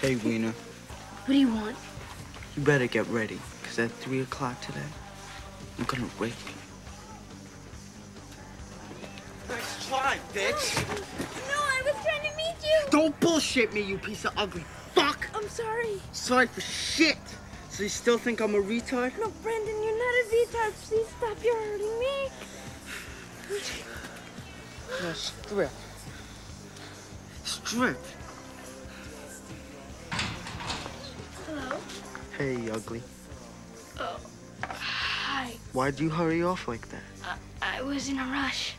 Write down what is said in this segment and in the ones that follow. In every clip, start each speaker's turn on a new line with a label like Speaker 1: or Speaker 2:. Speaker 1: Serena.
Speaker 2: What do you want?
Speaker 1: You better get ready, because at 3 o'clock today, I'm gonna wake you.
Speaker 3: Nice try, bitch.
Speaker 4: No, I was trying to meet you.
Speaker 3: Don't bullshit me, you piece of ugly fuck.
Speaker 4: I'm sorry.
Speaker 3: Sorry for shit. So you still think I'm a retard?
Speaker 4: No, Brendan, you're not a retard. Please stop. You're hurting me.
Speaker 3: No, strip. Strip.
Speaker 2: Hello?
Speaker 3: Hey, ugly.
Speaker 2: Oh. Hi.
Speaker 3: Why'd you hurry off like that?
Speaker 2: I, I was in a rush.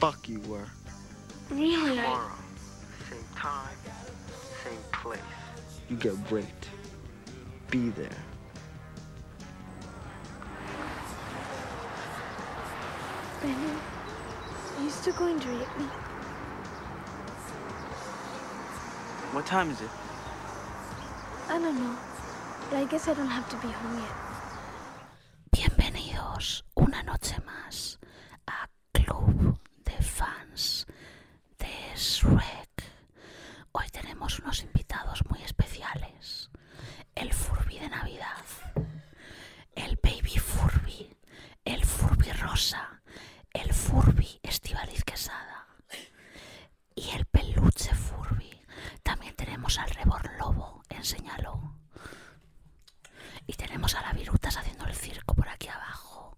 Speaker 3: Fuck you were.
Speaker 2: Really? I,
Speaker 3: Same time, same place. You get raped. Be there.
Speaker 2: Brendan, are you still going to rape me?
Speaker 1: What time is it?
Speaker 2: I don't know. But I guess I don't have to be home yet.
Speaker 5: Bienvenidos una noche más a Club de Fans de Shrek. Hoy tenemos unos invitados muy especiales. El Furby de Navidad, el Baby Furby, el Furby Rosa, el Furby Estivaliz Quesada y el Peluche Furby. También tenemos al Rebor Lobo, enséñalo. Y tenemos a la Virutas haciendo el circo por aquí abajo.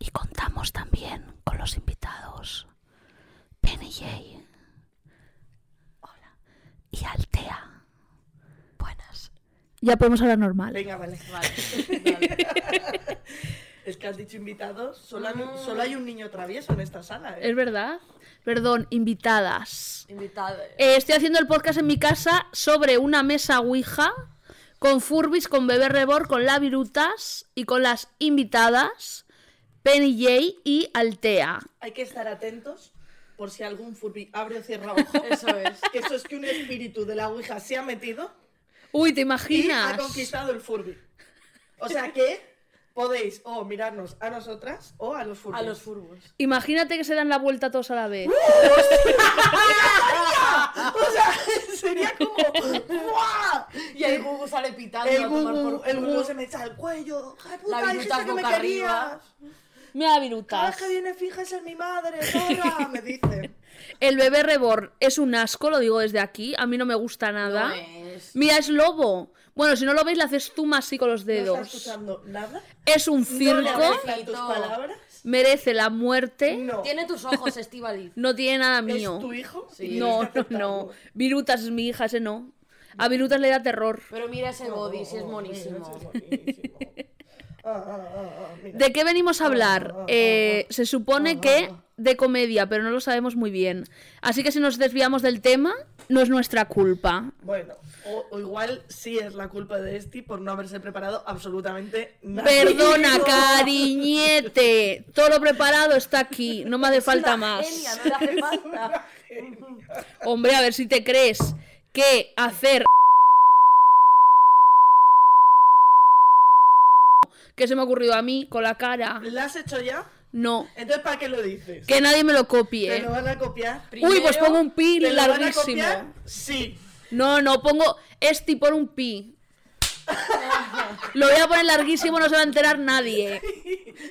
Speaker 5: Y contamos también con los invitados Penny Jay. Hola. Y Altea. Buenas.
Speaker 6: Ya podemos hablar normal.
Speaker 7: Venga, vale. Vale. es que has dicho invitados. Solo,
Speaker 8: Ah.
Speaker 7: han- solo hay un niño travieso en esta sala. ¿eh?
Speaker 6: Es verdad. Perdón, invitadas.
Speaker 7: Invitado.
Speaker 6: Eh, estoy haciendo el podcast en mi casa sobre una mesa Ouija con Furbis, con Bebé Rebor, con la Virutas y con las invitadas Penny Jay y Altea.
Speaker 7: Hay que estar atentos por si algún furbi abre o cierra ojo. Eso es. Que eso es que un espíritu de la Ouija se ha metido
Speaker 6: Uy,
Speaker 7: y
Speaker 6: ¿te
Speaker 7: ha
Speaker 6: imaginas?
Speaker 7: conquistado el furbi. O sea que podéis o mirarnos a nosotras o a los furbis.
Speaker 8: A los furbos.
Speaker 6: Imagínate que se dan la vuelta todos a la vez.
Speaker 7: Uh. o sea, sería como ¡guau!
Speaker 8: Y el Gugu sale pitando.
Speaker 7: El
Speaker 8: a tomar
Speaker 7: Gugu,
Speaker 8: por
Speaker 7: el
Speaker 8: culo.
Speaker 7: Gugu se me echa al cuello. ¡Ay, puta,
Speaker 8: La
Speaker 7: es
Speaker 8: viruta
Speaker 7: esa que me
Speaker 8: boca arriba.
Speaker 7: querías!
Speaker 6: Mira la
Speaker 7: Cada vez
Speaker 6: Virutas.
Speaker 7: Ah, que viene fija es en mi madre, zorra, me dice.
Speaker 6: El bebé Reborn es un asco, lo digo desde aquí. A mí no me gusta nada.
Speaker 8: No es.
Speaker 6: Mira, es lobo. Bueno, si no lo veis, le haces tú más así con los
Speaker 7: No está
Speaker 6: dedos.
Speaker 7: escuchando nada.
Speaker 6: es un
Speaker 7: No le
Speaker 6: circo,
Speaker 7: afectan tus
Speaker 8: Perfecto.
Speaker 7: palabras.
Speaker 6: merece la muerte,
Speaker 7: No.
Speaker 8: Tiene tus ojos, Estivaliz.
Speaker 6: no tiene nada
Speaker 7: ¿Es
Speaker 6: mío.
Speaker 7: tu hijo? Tienes
Speaker 6: No,
Speaker 7: que
Speaker 6: no, no.
Speaker 7: aceptarlo.
Speaker 6: Virutas es mi hija, ese no. A Virutas le da terror.
Speaker 8: Pero mira ese body, si es monísimo.
Speaker 7: Eso es monísimo. Ah, ah, ah, ah, mira.
Speaker 6: ¿De qué venimos a
Speaker 7: Oh,
Speaker 6: hablar? Eh, se supone que de comedia, pero no lo sabemos muy bien. Así que si nos desviamos del tema, no es nuestra culpa.
Speaker 7: Bueno, o, o igual sí es la culpa de Esti por no haberse preparado absolutamente nada.
Speaker 6: Perdona, cariñete. Todo lo preparado está aquí. No me hace falta
Speaker 8: Una
Speaker 6: más.
Speaker 8: genia, no le hace falta.
Speaker 6: Hombre, a ver si te crees que hacer. que se me ha ocurrido a mí con la cara?
Speaker 7: ¿La has hecho ya?
Speaker 6: No.
Speaker 7: Entonces, ¿para qué lo dices?
Speaker 6: Que nadie me lo
Speaker 7: ¿Te lo
Speaker 6: copie.
Speaker 7: van a copiar?
Speaker 6: Uy, pues
Speaker 8: Primero,
Speaker 6: pongo un pi
Speaker 7: ¿Te lo van a
Speaker 6: larguísimo.
Speaker 7: copiar? Sí.
Speaker 6: No, no, pongo este por un pi. Lo voy a poner larguísimo, no se va a enterar nadie.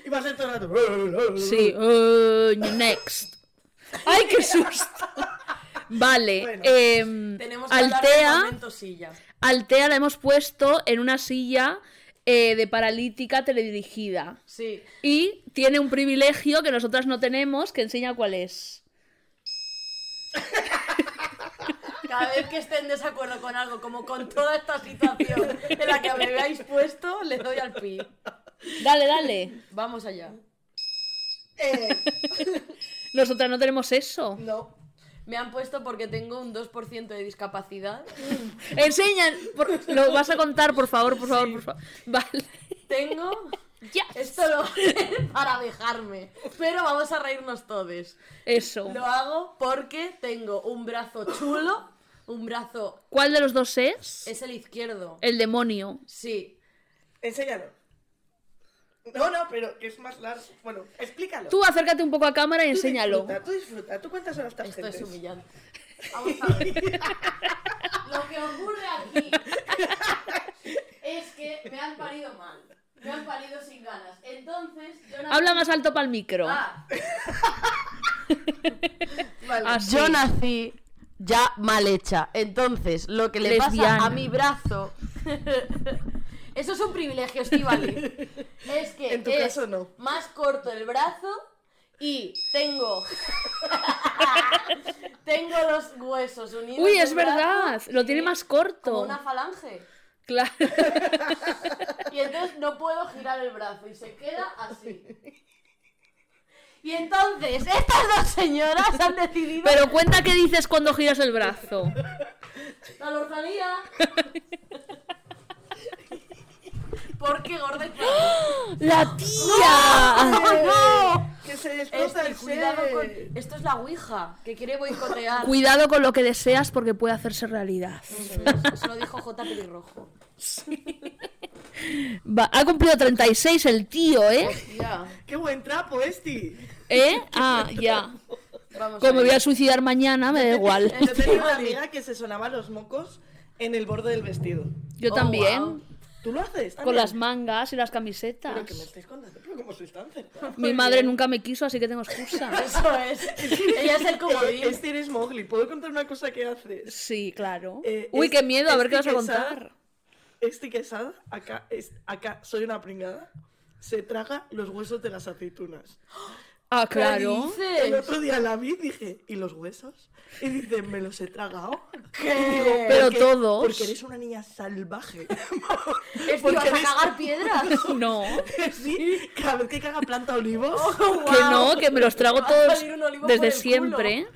Speaker 7: Y va a ser todo el rato.
Speaker 6: Sí. eh, next. ¡Ay, qué susto! Vale.
Speaker 7: Bueno,
Speaker 6: em,
Speaker 8: Tenemos que hablar del
Speaker 6: Altea.
Speaker 8: momento silla.
Speaker 6: Altea la hemos puesto en una silla eh, de paralítica teledirigida.
Speaker 8: Sí.
Speaker 6: Y tiene un privilegio que nosotras no tenemos, que enseña cuál es.
Speaker 8: Cada vez que esté en desacuerdo con algo, como con toda esta situación en la que me habéis puesto, le doy al pi.
Speaker 6: Dale, dale.
Speaker 8: Vamos allá.
Speaker 7: Eh,
Speaker 6: Nosotras no tenemos eso.
Speaker 7: no.
Speaker 8: Me han puesto porque tengo un 2% de discapacidad.
Speaker 6: Enseña. por- lo vas a contar, por favor, por favor, por favor. Vale.
Speaker 8: Tengo.
Speaker 6: Ya.
Speaker 8: Esto lo para dejarme. Pero vamos a reírnos todos.
Speaker 6: Eso.
Speaker 8: Lo hago porque tengo un brazo chulo, un brazo
Speaker 6: ¿Cuál de los dos es?
Speaker 8: es el izquierdo.
Speaker 6: El demonio.
Speaker 8: Sí.
Speaker 7: Enséñalo. No, no, pero que es más largo. Bueno, explícalo.
Speaker 6: Tú acércate un poco a cámara y
Speaker 7: Tú
Speaker 6: enséñalo.
Speaker 7: Disfruta, tú disfruta. ¿Tú cuántas horas estás
Speaker 8: Esto es
Speaker 7: gentes?
Speaker 8: humillante. Vamos a ver. Lo Lo que ocurre aquí es que me han parido mal. Me han parido sin ganas. Entonces, Jonathan.
Speaker 6: Habla más alto para el micro.
Speaker 8: Ah,
Speaker 6: Así.
Speaker 8: Yo nací ya mal hecha. Entonces, lo que le
Speaker 6: Lesbiana.
Speaker 8: pasa a mi brazo. Eso es un privilegio, Estivali. Es que
Speaker 7: En tu
Speaker 8: es
Speaker 7: caso, no.
Speaker 8: más corto el brazo y tengo. tengo los huesos unidos.
Speaker 6: Uy, es
Speaker 8: del brazo
Speaker 6: verdad. Lo tiene
Speaker 8: y
Speaker 6: más corto.
Speaker 8: Como una falange.
Speaker 6: Claro.
Speaker 8: Y entonces no puedo girar el brazo y se queda así. Y entonces, estas dos señoras han decidido
Speaker 6: Pero cuenta qué dices cuando giras el brazo.
Speaker 8: la lozanía. ¿Por qué, gorda y flaca?
Speaker 6: ¡La tía!
Speaker 7: Que se
Speaker 8: Este,
Speaker 7: destroza el
Speaker 8: cuidado
Speaker 7: ser.
Speaker 8: con... Esto es la Ouija, que quiere boicotear.
Speaker 6: Cuidado con lo que deseas porque puede hacerse realidad.
Speaker 8: Se lo dijo J. Pelirrojo.
Speaker 6: Va, ha cumplido 36 el tío, ¿eh?
Speaker 8: Ya,
Speaker 7: ¡Qué buen trapo, Esti!
Speaker 6: ¿Eh? Ah, ya.
Speaker 8: vamos
Speaker 6: Como me
Speaker 8: a
Speaker 6: voy
Speaker 8: ver.
Speaker 6: a suicidar mañana, me da igual.
Speaker 7: Yo tenía una amiga que se sonaba los mocos en el borde del vestido.
Speaker 6: Yo
Speaker 8: Oh,
Speaker 6: también.
Speaker 8: wow.
Speaker 7: ¿Tú lo haces?
Speaker 6: Con
Speaker 7: también?
Speaker 6: las mangas y las
Speaker 7: Pero que me
Speaker 6: camisetas.
Speaker 7: estáis contando, pero como sois tan
Speaker 6: Mi madre nunca me quiso, así que tengo excusa.
Speaker 8: Eso es. Ella es el comodín.
Speaker 7: Este eres Mowgli, ¿puedo contar una cosa que haces?
Speaker 6: Sí, claro.
Speaker 7: Eh,
Speaker 6: Uy,
Speaker 7: es-
Speaker 6: qué miedo, a ver
Speaker 7: es
Speaker 6: qué vas a
Speaker 7: tiquesada.
Speaker 6: contar.
Speaker 7: Este quesada, acá, es, acá, soy una pringada, se traga los huesos de las aceitunas.
Speaker 6: Ah, claro.
Speaker 7: El
Speaker 8: Dices,
Speaker 7: otro día la vi y dije, ¿y los huesos? Y dice, me los he tragado.
Speaker 8: ¿Qué?
Speaker 7: Y digo,
Speaker 6: Pero
Speaker 7: "Porque-
Speaker 6: todos".
Speaker 7: Porque eres una niña salvaje.
Speaker 8: ¿Es que
Speaker 7: Porque
Speaker 8: vas a
Speaker 7: eres-
Speaker 8: cagar piedras?
Speaker 6: No,
Speaker 7: Sí, cada vez que caga planta olivos.
Speaker 6: que no, que me los trago
Speaker 8: Va a
Speaker 6: todos
Speaker 8: salir un olivo por
Speaker 6: desde
Speaker 8: el culo.
Speaker 6: siempre.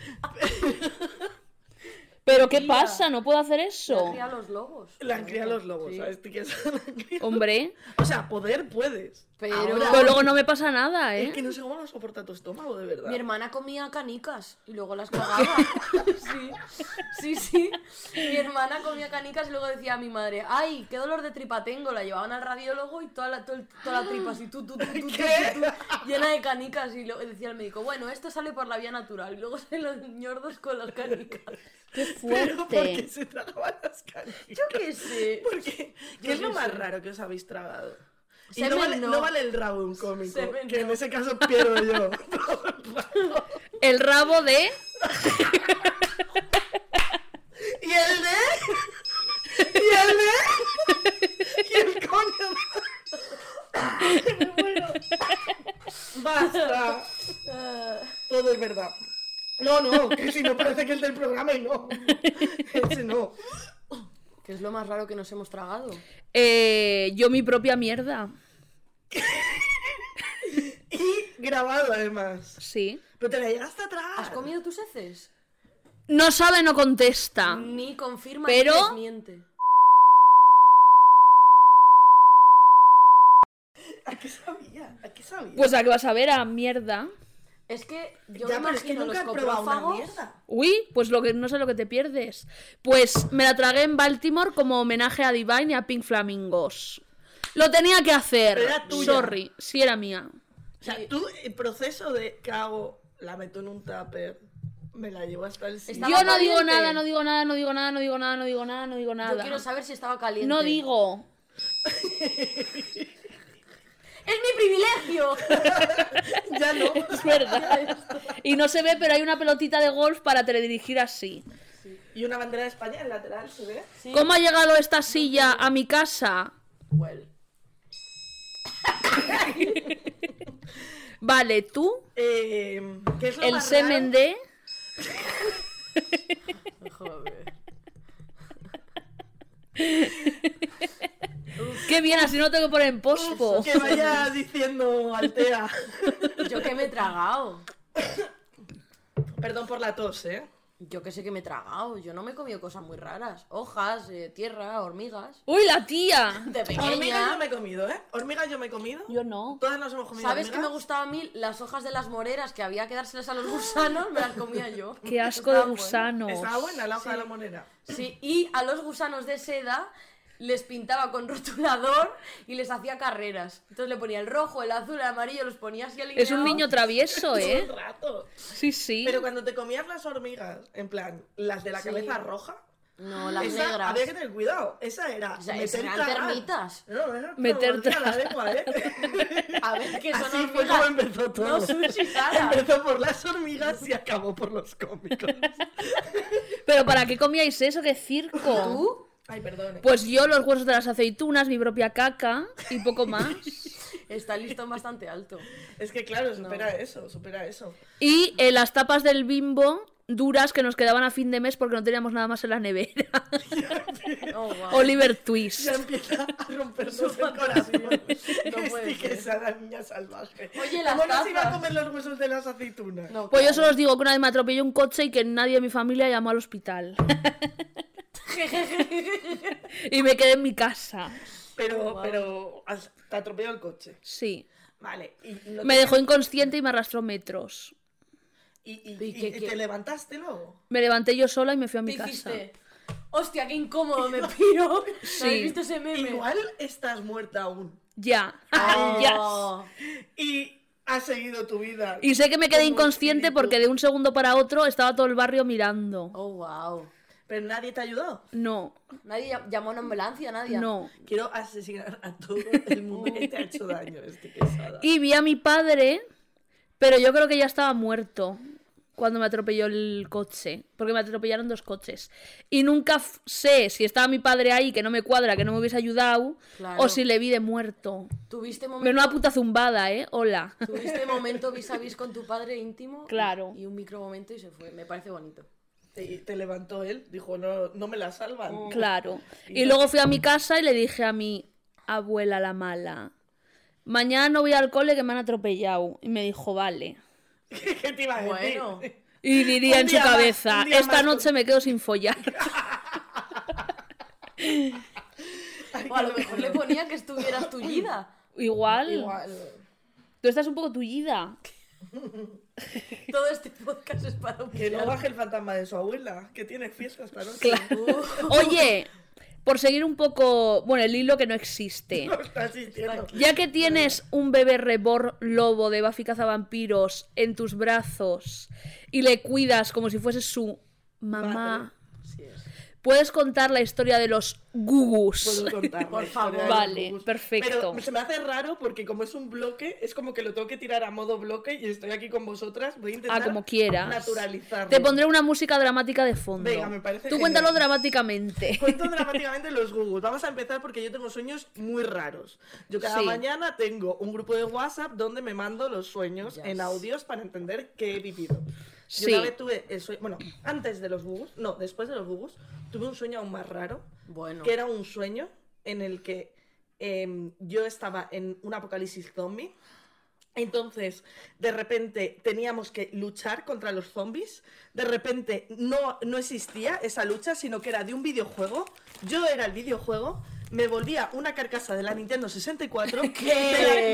Speaker 6: Pero ¿qué pasa? No puedo hacer eso.
Speaker 8: Cría los lobos.
Speaker 7: La han criado los lobos, ¿sabes? Este quesada la han criado.
Speaker 6: Hombre,
Speaker 7: O sea, poder puedes.
Speaker 8: Pero-
Speaker 6: pero luego no me pasa nada,
Speaker 7: Es
Speaker 6: ¿eh?
Speaker 7: que no sé cómo lo soporta tu estómago, de verdad.
Speaker 8: Mi hermana comía canicas y luego las cagaba. sí, sí, sí. Mi hermana comía canicas y luego decía a mi madre, ay, qué dolor de tripa tengo. La llevaban al radiólogo y toda la, todo el- toda la tripa así, tú, tú, tú, tú, tú, tú, tú, llena de canicas. Y luego decía el médico, bueno, esto sale por la vía natural. Y luego salen los ñordos con las canicas.
Speaker 6: Qué
Speaker 7: Pero ¿por qué
Speaker 6: fuerte.
Speaker 7: se tragaban las canicas?
Speaker 8: Yo qué sé.
Speaker 7: Porque, ¿qué es
Speaker 8: qué
Speaker 7: lo más
Speaker 8: sé.
Speaker 7: raro que os habéis tragado? Y
Speaker 8: Semen
Speaker 7: no vale,
Speaker 8: no.
Speaker 7: no vale el rabo de un cómico,
Speaker 8: Semen
Speaker 7: que en
Speaker 8: no.
Speaker 7: ese caso pierdo yo.
Speaker 6: El rabo de...
Speaker 7: ¿Y el de? ¿Y el de? ¿Y el coño? Me muero. Basta. Todo es verdad. No, no, que si no parece que es del programa y no. Ese no.
Speaker 8: ¿Qué es lo más raro que nos hemos tragado?
Speaker 6: eh, yo mi propia mierda.
Speaker 7: Y grabado además.
Speaker 6: Sí.
Speaker 7: Pero te la llegaste a tragar.
Speaker 8: ¿Has comido tus heces?
Speaker 6: No sabe, no contesta.
Speaker 8: Ni confirma
Speaker 6: Ah. Pero-
Speaker 8: ni desmiente.
Speaker 7: ¿A qué sabía? ¿A qué sabía?
Speaker 6: Pues a que vas a ver a mierda.
Speaker 8: Es que yo
Speaker 7: ya,
Speaker 8: me
Speaker 7: pero es que
Speaker 8: imagino
Speaker 7: nunca he
Speaker 8: los
Speaker 7: probado una
Speaker 8: coprófagos-
Speaker 7: mierda.
Speaker 6: Uy, pues lo que no sé lo que te pierdes. Pues me la tragué en Baltimore como homenaje a Divine y a Pink Flamingos. Lo tenía que hacer.
Speaker 7: Era tuya.
Speaker 6: Sorry, sí era mía.
Speaker 7: O sea, tú, el proceso de cago, la meto en un tupper, me la llevo hasta el sitio.
Speaker 8: Estaba
Speaker 6: Yo no digo
Speaker 8: caliente.
Speaker 6: nada, no digo nada, no digo nada, no digo nada, no digo nada, no digo
Speaker 8: Yo
Speaker 6: nada.
Speaker 8: quiero saber si estaba caliente.
Speaker 6: No digo.
Speaker 8: ¡Es mi privilegio!
Speaker 7: Ya no.
Speaker 6: Es verdad. Y no se ve, pero hay una pelotita de golf para teledirigir así.
Speaker 7: Y una bandera de España en lateral, ¿se ve?
Speaker 6: ¿Cómo ha llegado esta silla a mi casa?
Speaker 8: Well.
Speaker 6: Vale, tú,
Speaker 7: Eh, ¿Qué es lo
Speaker 6: el
Speaker 7: más
Speaker 6: semen
Speaker 7: raro?
Speaker 6: de...
Speaker 8: Joder.
Speaker 6: Qué bien, así no tengo que poner en pospo.
Speaker 7: Que vaya diciendo Altea.
Speaker 8: Yo que me he tragado.
Speaker 7: Perdón por la tos, ¿eh?
Speaker 8: Yo que sé que me he tragado. Yo no me he comido cosas muy raras. Hojas, eh, tierra, hormigas.
Speaker 6: Uy, la tía.
Speaker 8: De
Speaker 7: Hormigas yo
Speaker 8: pequeña.
Speaker 7: me he comido, ¿eh? Hormigas yo me he comido.
Speaker 6: Yo no.
Speaker 7: Todas nos hemos comido
Speaker 8: ¿Sabes qué me
Speaker 7: hormigas.
Speaker 8: gustaba a mí? Las hojas de las moreras que había que dárselas a los gusanos, me las comía yo.
Speaker 6: Qué asco de
Speaker 8: Estaba bueno.
Speaker 6: gusanos.
Speaker 7: Estaba buena la hoja de la moneda.
Speaker 8: Sí, y a los gusanos de seda les pintaba con rotulador y les hacía carreras. Entonces le ponía el rojo, el azul, el amarillo, los ponía así alineados.
Speaker 6: Es un niño travieso, ¿eh?
Speaker 7: Un rato.
Speaker 6: Sí, sí.
Speaker 7: Pero cuando te comías las hormigas, en plan, las de la cabeza roja,
Speaker 8: No, las
Speaker 7: Esa,
Speaker 8: negras.
Speaker 7: Había que tener cuidado. Esa era.
Speaker 8: O sea,
Speaker 7: meter
Speaker 8: serán
Speaker 7: cagar.
Speaker 8: termitas.
Speaker 7: No, no, no,
Speaker 6: Meter
Speaker 7: no, no, la
Speaker 6: tra-
Speaker 7: lengua, ¿eh?
Speaker 8: A ver, que son
Speaker 7: Así fue
Speaker 8: hormigas.
Speaker 7: como empezó todo.
Speaker 8: No, sushi, Sara.
Speaker 7: Empezó por las hormigas y acabó por los cómicos.
Speaker 6: Pero ¿para qué comíais eso? ¡Qué circo!
Speaker 8: ¿Tú?
Speaker 7: Ay, perdone.
Speaker 6: Pues yo los huesos de las aceitunas, mi propia caca y poco más.
Speaker 8: Está listo bastante alto.
Speaker 7: Es que claro, supera eso, supera eso.
Speaker 6: Y eh, las tapas del bimbo duras que nos quedaban a fin de mes porque no teníamos nada más en la nevera.
Speaker 8: Oh, wow.
Speaker 6: Oliver Twist.
Speaker 7: Ya empieza a romperse el corazón.
Speaker 8: No puede
Speaker 7: este que
Speaker 8: ser.
Speaker 7: es a la niña salvaje.
Speaker 8: Oye, las
Speaker 7: ¿Cómo no se iba a
Speaker 8: tazas.
Speaker 7: comer los huesos de las aceitunas?
Speaker 8: No,
Speaker 6: Pues yo
Speaker 8: claro.
Speaker 6: solo os digo que una vez me atropelló un coche y que nadie de mi familia llamó al hospital. y me quedé en mi casa.
Speaker 8: Oh,
Speaker 7: Pero, pero, has- te atropelló el coche.
Speaker 6: Sí.
Speaker 7: Vale. Y, y no
Speaker 6: Me
Speaker 7: te-
Speaker 6: dejó inconsciente y me arrastró metros.
Speaker 7: y, y-
Speaker 8: ¿Y qué-
Speaker 7: y- y
Speaker 8: qué?
Speaker 7: te levantaste luego.
Speaker 6: Me levanté yo sola y me fui a mi
Speaker 8: ¿Qué
Speaker 6: casa.
Speaker 8: hiciste? Hostia, qué incómodo me piro.
Speaker 6: Sí.
Speaker 8: ¿No habéis visto ese meme?
Speaker 7: Igual estás muerta aún.
Speaker 6: Ya. Yes.
Speaker 8: Oh.
Speaker 7: Y has seguido tu vida.
Speaker 6: Y sé que me quedé
Speaker 7: Como
Speaker 6: inconsciente
Speaker 7: espíritu.
Speaker 6: porque de un segundo para otro estaba todo el barrio mirando.
Speaker 8: Oh, wow.
Speaker 7: Pero nadie te ayudó.
Speaker 6: No,
Speaker 8: Nadie llam- llamó a una ambulancia, nadie.
Speaker 6: no.
Speaker 7: Quiero asesinar a todo el mundo que te ha hecho daño. Este quesada.
Speaker 6: Y vi a mi padre, pero yo creo que ya estaba muerto cuando me atropelló el coche, porque me atropellaron dos coches. Y nunca f- sé si estaba mi padre ahí, que no me cuadra, que no me hubiese ayudado,
Speaker 8: Claro.
Speaker 6: o si le vi de muerto.
Speaker 8: Tuviste
Speaker 6: Pero
Speaker 8: momento,
Speaker 6: una puta zumbada, ¿eh? Hola.
Speaker 8: tuviste momento vis a vis con tu padre íntimo.
Speaker 6: Claro.
Speaker 8: Y un micro momento y se fue. Me parece bonito.
Speaker 7: Te, te levantó él. Dijo, no, no me la salvan.
Speaker 6: Claro. Y luego fui a mi casa y le dije a mi abuela la mala, mañana no voy al cole que me han atropellado. Y me dijo, vale.
Speaker 7: ¿Qué te iba a decir?
Speaker 8: Bueno.
Speaker 6: Y diría
Speaker 7: Un
Speaker 6: en su
Speaker 7: día más,
Speaker 6: cabeza,
Speaker 7: un día
Speaker 6: esta
Speaker 7: más".
Speaker 6: noche me quedo sin follar.
Speaker 7: Ay,
Speaker 8: O a
Speaker 7: qué
Speaker 8: lo mejor le
Speaker 7: bueno.
Speaker 8: ponía que estuvieras tullida.
Speaker 6: Igual,
Speaker 7: Igual.
Speaker 6: tú estás un poco tullida.
Speaker 8: Todo este podcast es para un
Speaker 7: Que no baje el fantasma de su abuela, que tiene fiesta esta noche.
Speaker 6: Oye, por seguir un poco, bueno, el hilo que no existe.
Speaker 7: No está asistiendo.
Speaker 6: Ya que tienes un bebé rebor lobo de Buffy cazavampiros en tus brazos y le cuidas como si fuese su mamá,
Speaker 7: Sí, es.
Speaker 6: puedes contar la historia de los gugus.
Speaker 7: Puedo contar.
Speaker 8: Por
Speaker 7: la historia
Speaker 8: favor.
Speaker 7: de los
Speaker 6: Vale,
Speaker 7: Gugus.
Speaker 6: perfecto.
Speaker 7: Pero se me hace raro porque como es un bloque, es como que lo tengo que tirar a modo bloque y estoy aquí con vosotras. Voy a intentar
Speaker 6: Ah, como quieras.
Speaker 7: naturalizarlo.
Speaker 6: Te pondré una música dramática de fondo.
Speaker 7: Venga, me parece
Speaker 6: Tú
Speaker 7: genial. Pues,
Speaker 6: cuéntalo dramáticamente.
Speaker 7: Cuento dramáticamente los Google. Vamos a empezar porque yo tengo sueños muy raros. Yo cada
Speaker 6: Sí.
Speaker 7: mañana tengo un grupo de WhatsApp donde me mando los sueños
Speaker 8: Yes.
Speaker 7: en audios para entender qué he vivido. Yo
Speaker 6: Sí.
Speaker 7: una vez tuve el sueño, bueno, antes de los Google, no, después de los Google, tuve un sueño aún más raro,
Speaker 8: Bueno.
Speaker 7: que era un sueño en el que em, yo estaba en un apocalipsis zombie. Entonces, de repente teníamos que luchar contra los zombies. De repente no, no existía esa lucha, sino que era de un videojuego. Yo era el videojuego. Me volvía una carcasa de la Nintendo 64. De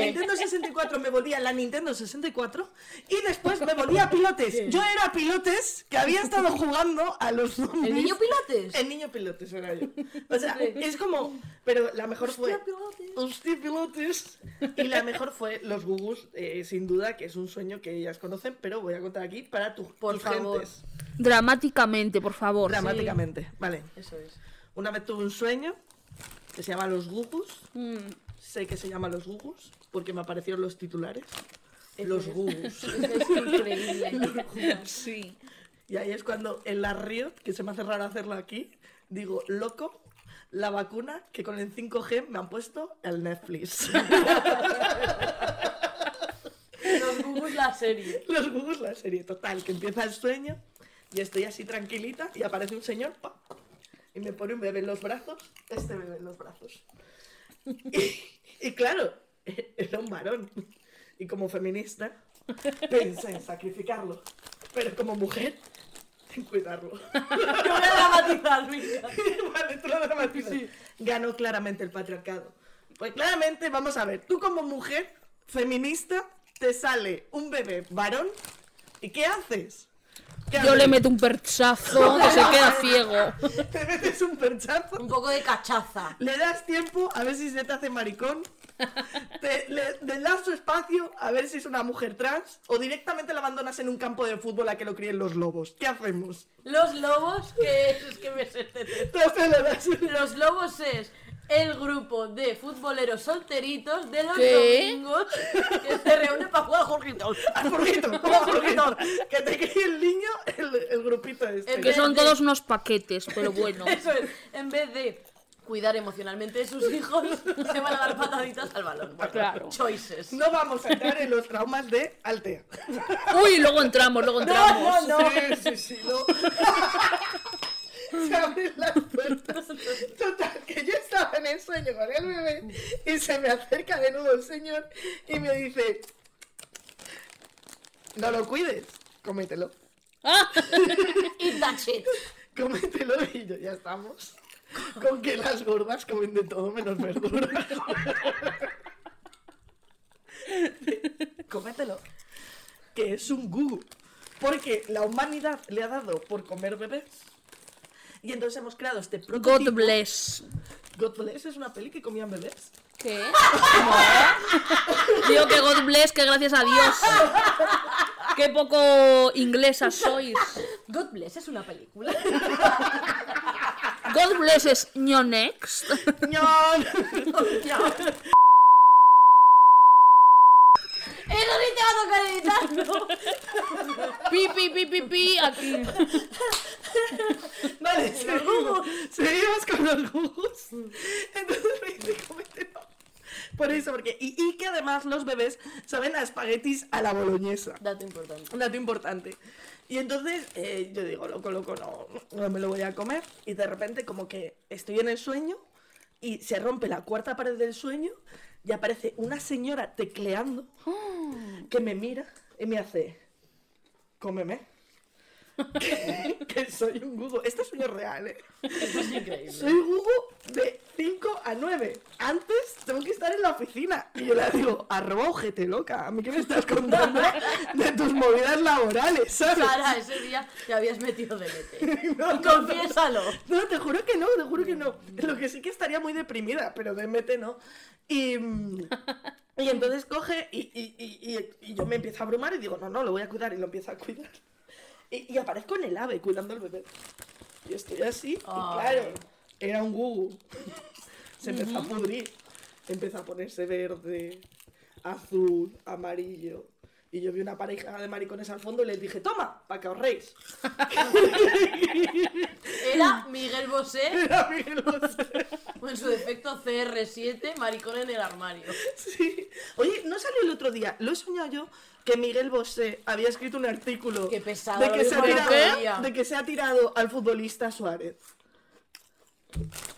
Speaker 7: la Nintendo 64 me volvía la Nintendo 64. Y después me volvía Pilotes. Yo era Pilotes que había estado jugando a los zombies.
Speaker 8: ¿El niño pilates?
Speaker 7: El niño Pilotes era yo. O sea, es como. Pero la mejor fue.
Speaker 8: Pilates.
Speaker 7: Hostia, pilotes. Y la mejor fue los Gugus, eh, sin duda, que es un sueño que ellas conocen, pero voy a contar aquí para tus
Speaker 8: Por
Speaker 7: tus
Speaker 8: favor.
Speaker 7: gentes.
Speaker 6: Dramáticamente, por favor.
Speaker 7: Dramáticamente, vale.
Speaker 8: Eso es.
Speaker 7: Una vez tuve un sueño que se llama Los Gugus.
Speaker 8: Mm.
Speaker 7: Sé que se llama Los Gugus porque me aparecieron los titulares. Los Gugus.
Speaker 8: Es increíble.
Speaker 6: Sí.
Speaker 7: Y ahí es cuando en la Riot, que se me hace raro hacerlo aquí, digo, loco, la vacuna que con el 5G me han puesto el Netflix.
Speaker 8: Los Google la serie.
Speaker 7: Los Google la serie, total, que empieza el sueño y estoy así tranquilita y aparece un señor pa, y me pone un bebé en los brazos, este bebé en los brazos. Y, y claro, era un varón. Y como feminista, pensé en sacrificarlo, pero como mujer, en cuidarlo.
Speaker 8: Yo voy a dramatizar, mira.
Speaker 7: Vale, tú lo dramatizas. Ganó claramente el patriarcado. Pues claramente, vamos a ver, tú como mujer feminista te sale un bebé varón y ¿qué haces?
Speaker 6: Yo le meto un perchazo que se queda ciego.
Speaker 7: Te metes un perchazo.
Speaker 8: Un poco de cachaza.
Speaker 7: Le das tiempo a ver si se te hace maricón. Te- le, le das su espacio a ver si es una mujer trans. O directamente la abandonas en un campo de fútbol a que lo críen los lobos. ¿Qué hacemos?
Speaker 8: Los lobos, que es, es que me sé este tema.
Speaker 7: Entonces le das.
Speaker 8: Los lobos es el grupo de futboleros solteritos de los
Speaker 6: ¿Qué?
Speaker 8: domingos que se reúne para jugar al Jorgito.
Speaker 7: Al furguito, vamos al furguito. Que te críe el niño, el, el grupito este.
Speaker 8: El
Speaker 6: Que son todos unos paquetes, pero bueno.
Speaker 8: Eso es, en vez de cuidar emocionalmente de sus hijos, se van a dar pataditas al balón. Bueno,
Speaker 6: Claro.
Speaker 8: Choices.
Speaker 7: No vamos a entrar en los traumas de Altea.
Speaker 6: Uy, luego entramos, luego entramos.
Speaker 7: no, no. Sí, sí, sí, no. Se abren las puertas. Total, que yo estaba en el sueño con el bebé y se me acerca de nuevo el señor y me dice: No lo cuides, comételo.
Speaker 6: Ah,
Speaker 8: Y that's it.
Speaker 7: Comételo y yo, ya estamos. Con que las gordas comen de todo menos verduras. Comételo. Que es un gugu. Porque la humanidad le ha dado por comer bebés. Y entonces hemos creado este prototipo.
Speaker 6: God bless.
Speaker 7: God bless es una peli que comían bebés.
Speaker 6: ¿Qué? Digo que God bless, que gracias a Dios. Qué poco inglesas sois.
Speaker 8: God Bless es una película.
Speaker 6: God bless es ño next.
Speaker 8: ¡Eso sí te va a tocar editarlo!
Speaker 6: Pi, pi, pi, pi, pi, aquí.
Speaker 7: Vale, seguimos, seguimos con los jugos. Entonces me dice, comételo. Por eso, porque. Y, y que además los bebés saben a espaguetis a la boloñesa.
Speaker 8: Dato importante.
Speaker 7: Un dato importante. Y entonces eh, yo digo, loco, loco, no, no me lo voy a comer. Y de repente como que estoy en el sueño y se rompe la cuarta pared del sueño y aparece una señora tecleando que me mira y me hace, cómeme. que soy un Google. Este sueño es real, ¿eh?
Speaker 8: Esto es increíble.
Speaker 7: Soy Google de 5 a 9. Antes tengo que estar en la oficina. Y yo le digo, arroba ojete loca. ¿A mí qué me estás contando de tus movidas laborales, sabes?
Speaker 8: Sara, ese día te habías metido de mete.
Speaker 7: No, no,
Speaker 8: Confiésalo.
Speaker 7: No, te juro que no, te juro que no. Lo que sí que estaría muy deprimida, pero de MT no. Y, mm, y entonces coge y, y- y- y- y yo me empiezo a abrumar y digo, no, no, lo voy a cuidar y lo empiezo a cuidar. Y, y aparezco en el ave cuidando al bebé. Y estoy así, y
Speaker 8: Ay.
Speaker 7: claro, era un gugu. Se empezó a pudrir. Empezó a ponerse verde, azul, amarillo. Y yo vi una pareja de maricones al fondo y les dije, toma, para que ahorréis.
Speaker 8: Era Miguel Bosé,
Speaker 7: Era Miguel Bosé.
Speaker 8: o en su defecto CR7, maricón en el armario.
Speaker 7: Sí. Oye, ¿no salió el otro día? Lo he soñado yo que Miguel Bosé había escrito un artículo
Speaker 8: Qué pesado,
Speaker 7: de
Speaker 8: lo
Speaker 7: que, se ha
Speaker 8: dijo el otro día.
Speaker 7: tirado, de que se ha tirado al futbolista Suárez.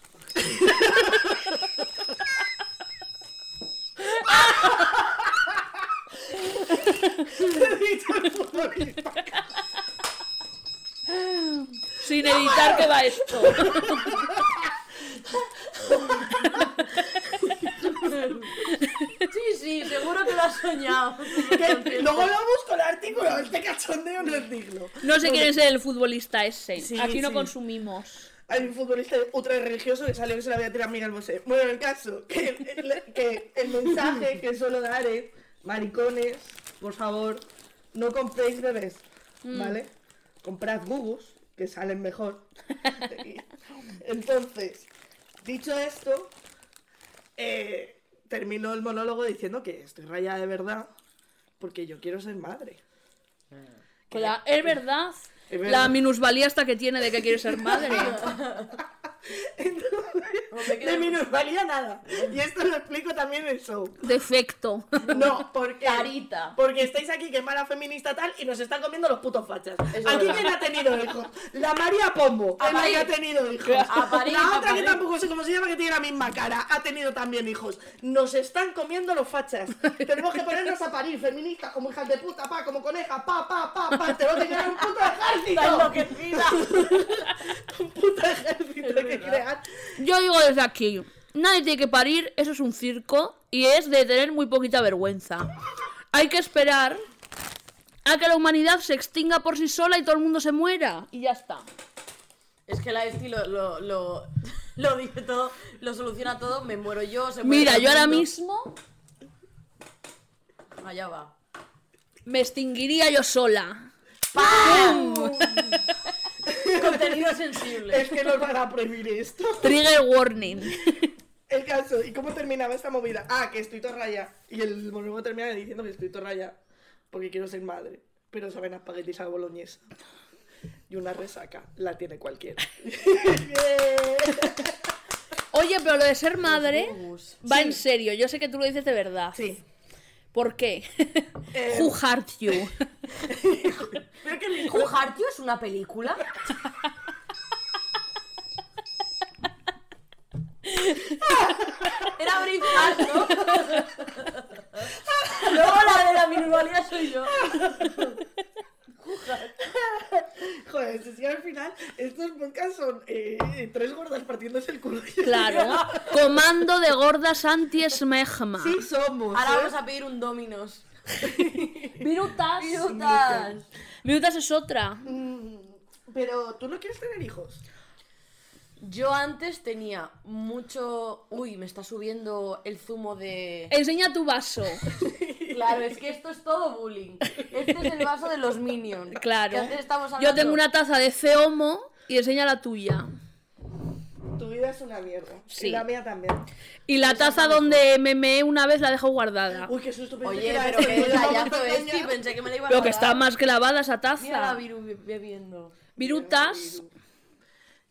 Speaker 7: He dicho al futbolista.
Speaker 6: Sin editar, ¿qué va esto?
Speaker 8: Sí, sí, seguro que lo has soñado.
Speaker 7: Que Luego lo busco el artículo, este cachondeo no es digno.
Speaker 6: No sé quién es el futbolista ese.
Speaker 7: Sí,
Speaker 6: Aquí no
Speaker 7: sí.
Speaker 6: consumimos.
Speaker 7: Hay un futbolista ultra religioso que salió que se la había tirado a Miguel Bosé. Bueno, el caso, que, que el mensaje que suelo dar es, maricones, por favor, no compréis bebés, ¿vale? Comprad gugus, que salen mejor. Entonces, dicho esto, eh, termino el monólogo diciendo que estoy rayada de verdad, porque yo quiero ser madre.
Speaker 6: Claro, Pues es verdad.
Speaker 7: Es verdad.
Speaker 6: La minusvalía hasta que tiene de que quiere ser madre.
Speaker 7: De minusvalía nada. Y esto lo explico también en el show.
Speaker 6: Defecto.
Speaker 7: No, porque.
Speaker 8: Carita.
Speaker 7: Porque estáis aquí, que mala feminista tal, y nos están comiendo los putos fachas.
Speaker 8: es
Speaker 7: aquí,
Speaker 8: verdad.
Speaker 7: ¿quién ha tenido hijos? La María Pombo
Speaker 8: A
Speaker 7: es la que
Speaker 8: parir.
Speaker 7: ha tenido hijos.
Speaker 8: A parir,
Speaker 7: la
Speaker 8: a
Speaker 7: otra que
Speaker 8: parir.
Speaker 7: tampoco sé cómo se llama, que tiene la misma cara, ha tenido también hijos. Nos están comiendo los fachas. Tenemos que ponernos a parir, feministas, como hijas de puta, pa, como conejas, pa, pa, pa, pa. Tenemos que crear un puto ejército.
Speaker 8: Está enloquecida.
Speaker 7: Un puto ejército que crear.
Speaker 6: Yo digo desde aquí, nadie tiene que parir, eso es un circo y es de tener muy poquita vergüenza. Hay que esperar a que la humanidad se extinga por sí sola y todo el mundo se muera. Y ya está.
Speaker 8: Es que la Esti lo, lo, lo, lo dice todo, lo soluciona todo, me muero yo, se muere
Speaker 6: Mira,
Speaker 8: todo el
Speaker 6: yo ahora
Speaker 8: mundo.
Speaker 6: mismo
Speaker 8: Allá va.
Speaker 6: me extinguiría yo sola.
Speaker 8: Contenido sensible.
Speaker 7: Es que nos van a prohibir esto.
Speaker 6: Trigger warning.
Speaker 7: El caso, ¿y cómo terminaba esta movida? Ah, que estoy torraya. Y el monólogo termina diciendo que estoy torraya porque quiero ser madre. Pero saben a espaguetis a la boloñesa. Y una resaca, la tiene cualquiera.
Speaker 6: Oye, pero lo de ser madre
Speaker 8: huevos.
Speaker 6: va en serio. Yo sé que tú lo dices de verdad.
Speaker 7: Sí.
Speaker 6: ¿Por qué?
Speaker 7: Eh,
Speaker 6: Who hurt you?
Speaker 8: ¿Who Hart You es una película? Era Braveheart, ¿no? Luego la de la minusvalía soy yo.
Speaker 7: Joder, si es que al final estos podcasts son eh, tres gordas partiéndose el culo.
Speaker 6: Claro. Comando de gordas anti-esmegma.
Speaker 7: Sí somos.
Speaker 8: Ahora
Speaker 7: ¿eh?
Speaker 8: vamos a pedir un Dominos.
Speaker 6: Virutas.
Speaker 8: Frutas.
Speaker 6: Virutas es otra.
Speaker 7: Pero tú no quieres tener hijos.
Speaker 8: Yo antes tenía mucho. Uy, me está subiendo el zumo de.
Speaker 6: Enseña tu vaso.
Speaker 8: Claro, es que esto es todo bullying. Este es el vaso de los Minions.
Speaker 6: Claro.
Speaker 8: Que antes estábamos
Speaker 6: Yo
Speaker 8: hablando-
Speaker 6: tengo una taza de feomo y enseña la tuya.
Speaker 7: Tu vida es una mierda.
Speaker 6: Sí.
Speaker 7: Y la mía también.
Speaker 6: Y
Speaker 8: Pues
Speaker 6: la taza donde me meé una vez la dejo guardada.
Speaker 7: Uy, qué susto. pensé que
Speaker 8: Ah. Oye,
Speaker 7: era
Speaker 8: pero
Speaker 7: esto.
Speaker 8: qué
Speaker 7: Yo estaba
Speaker 8: playazo
Speaker 7: muy
Speaker 8: este.
Speaker 7: engañada.
Speaker 8: Pensé que me la iba a
Speaker 6: Pero que
Speaker 8: pagar.
Speaker 6: está más que lavada esa
Speaker 8: Mira la
Speaker 6: taza.
Speaker 8: Viru be- bebiendo.
Speaker 6: Virutas.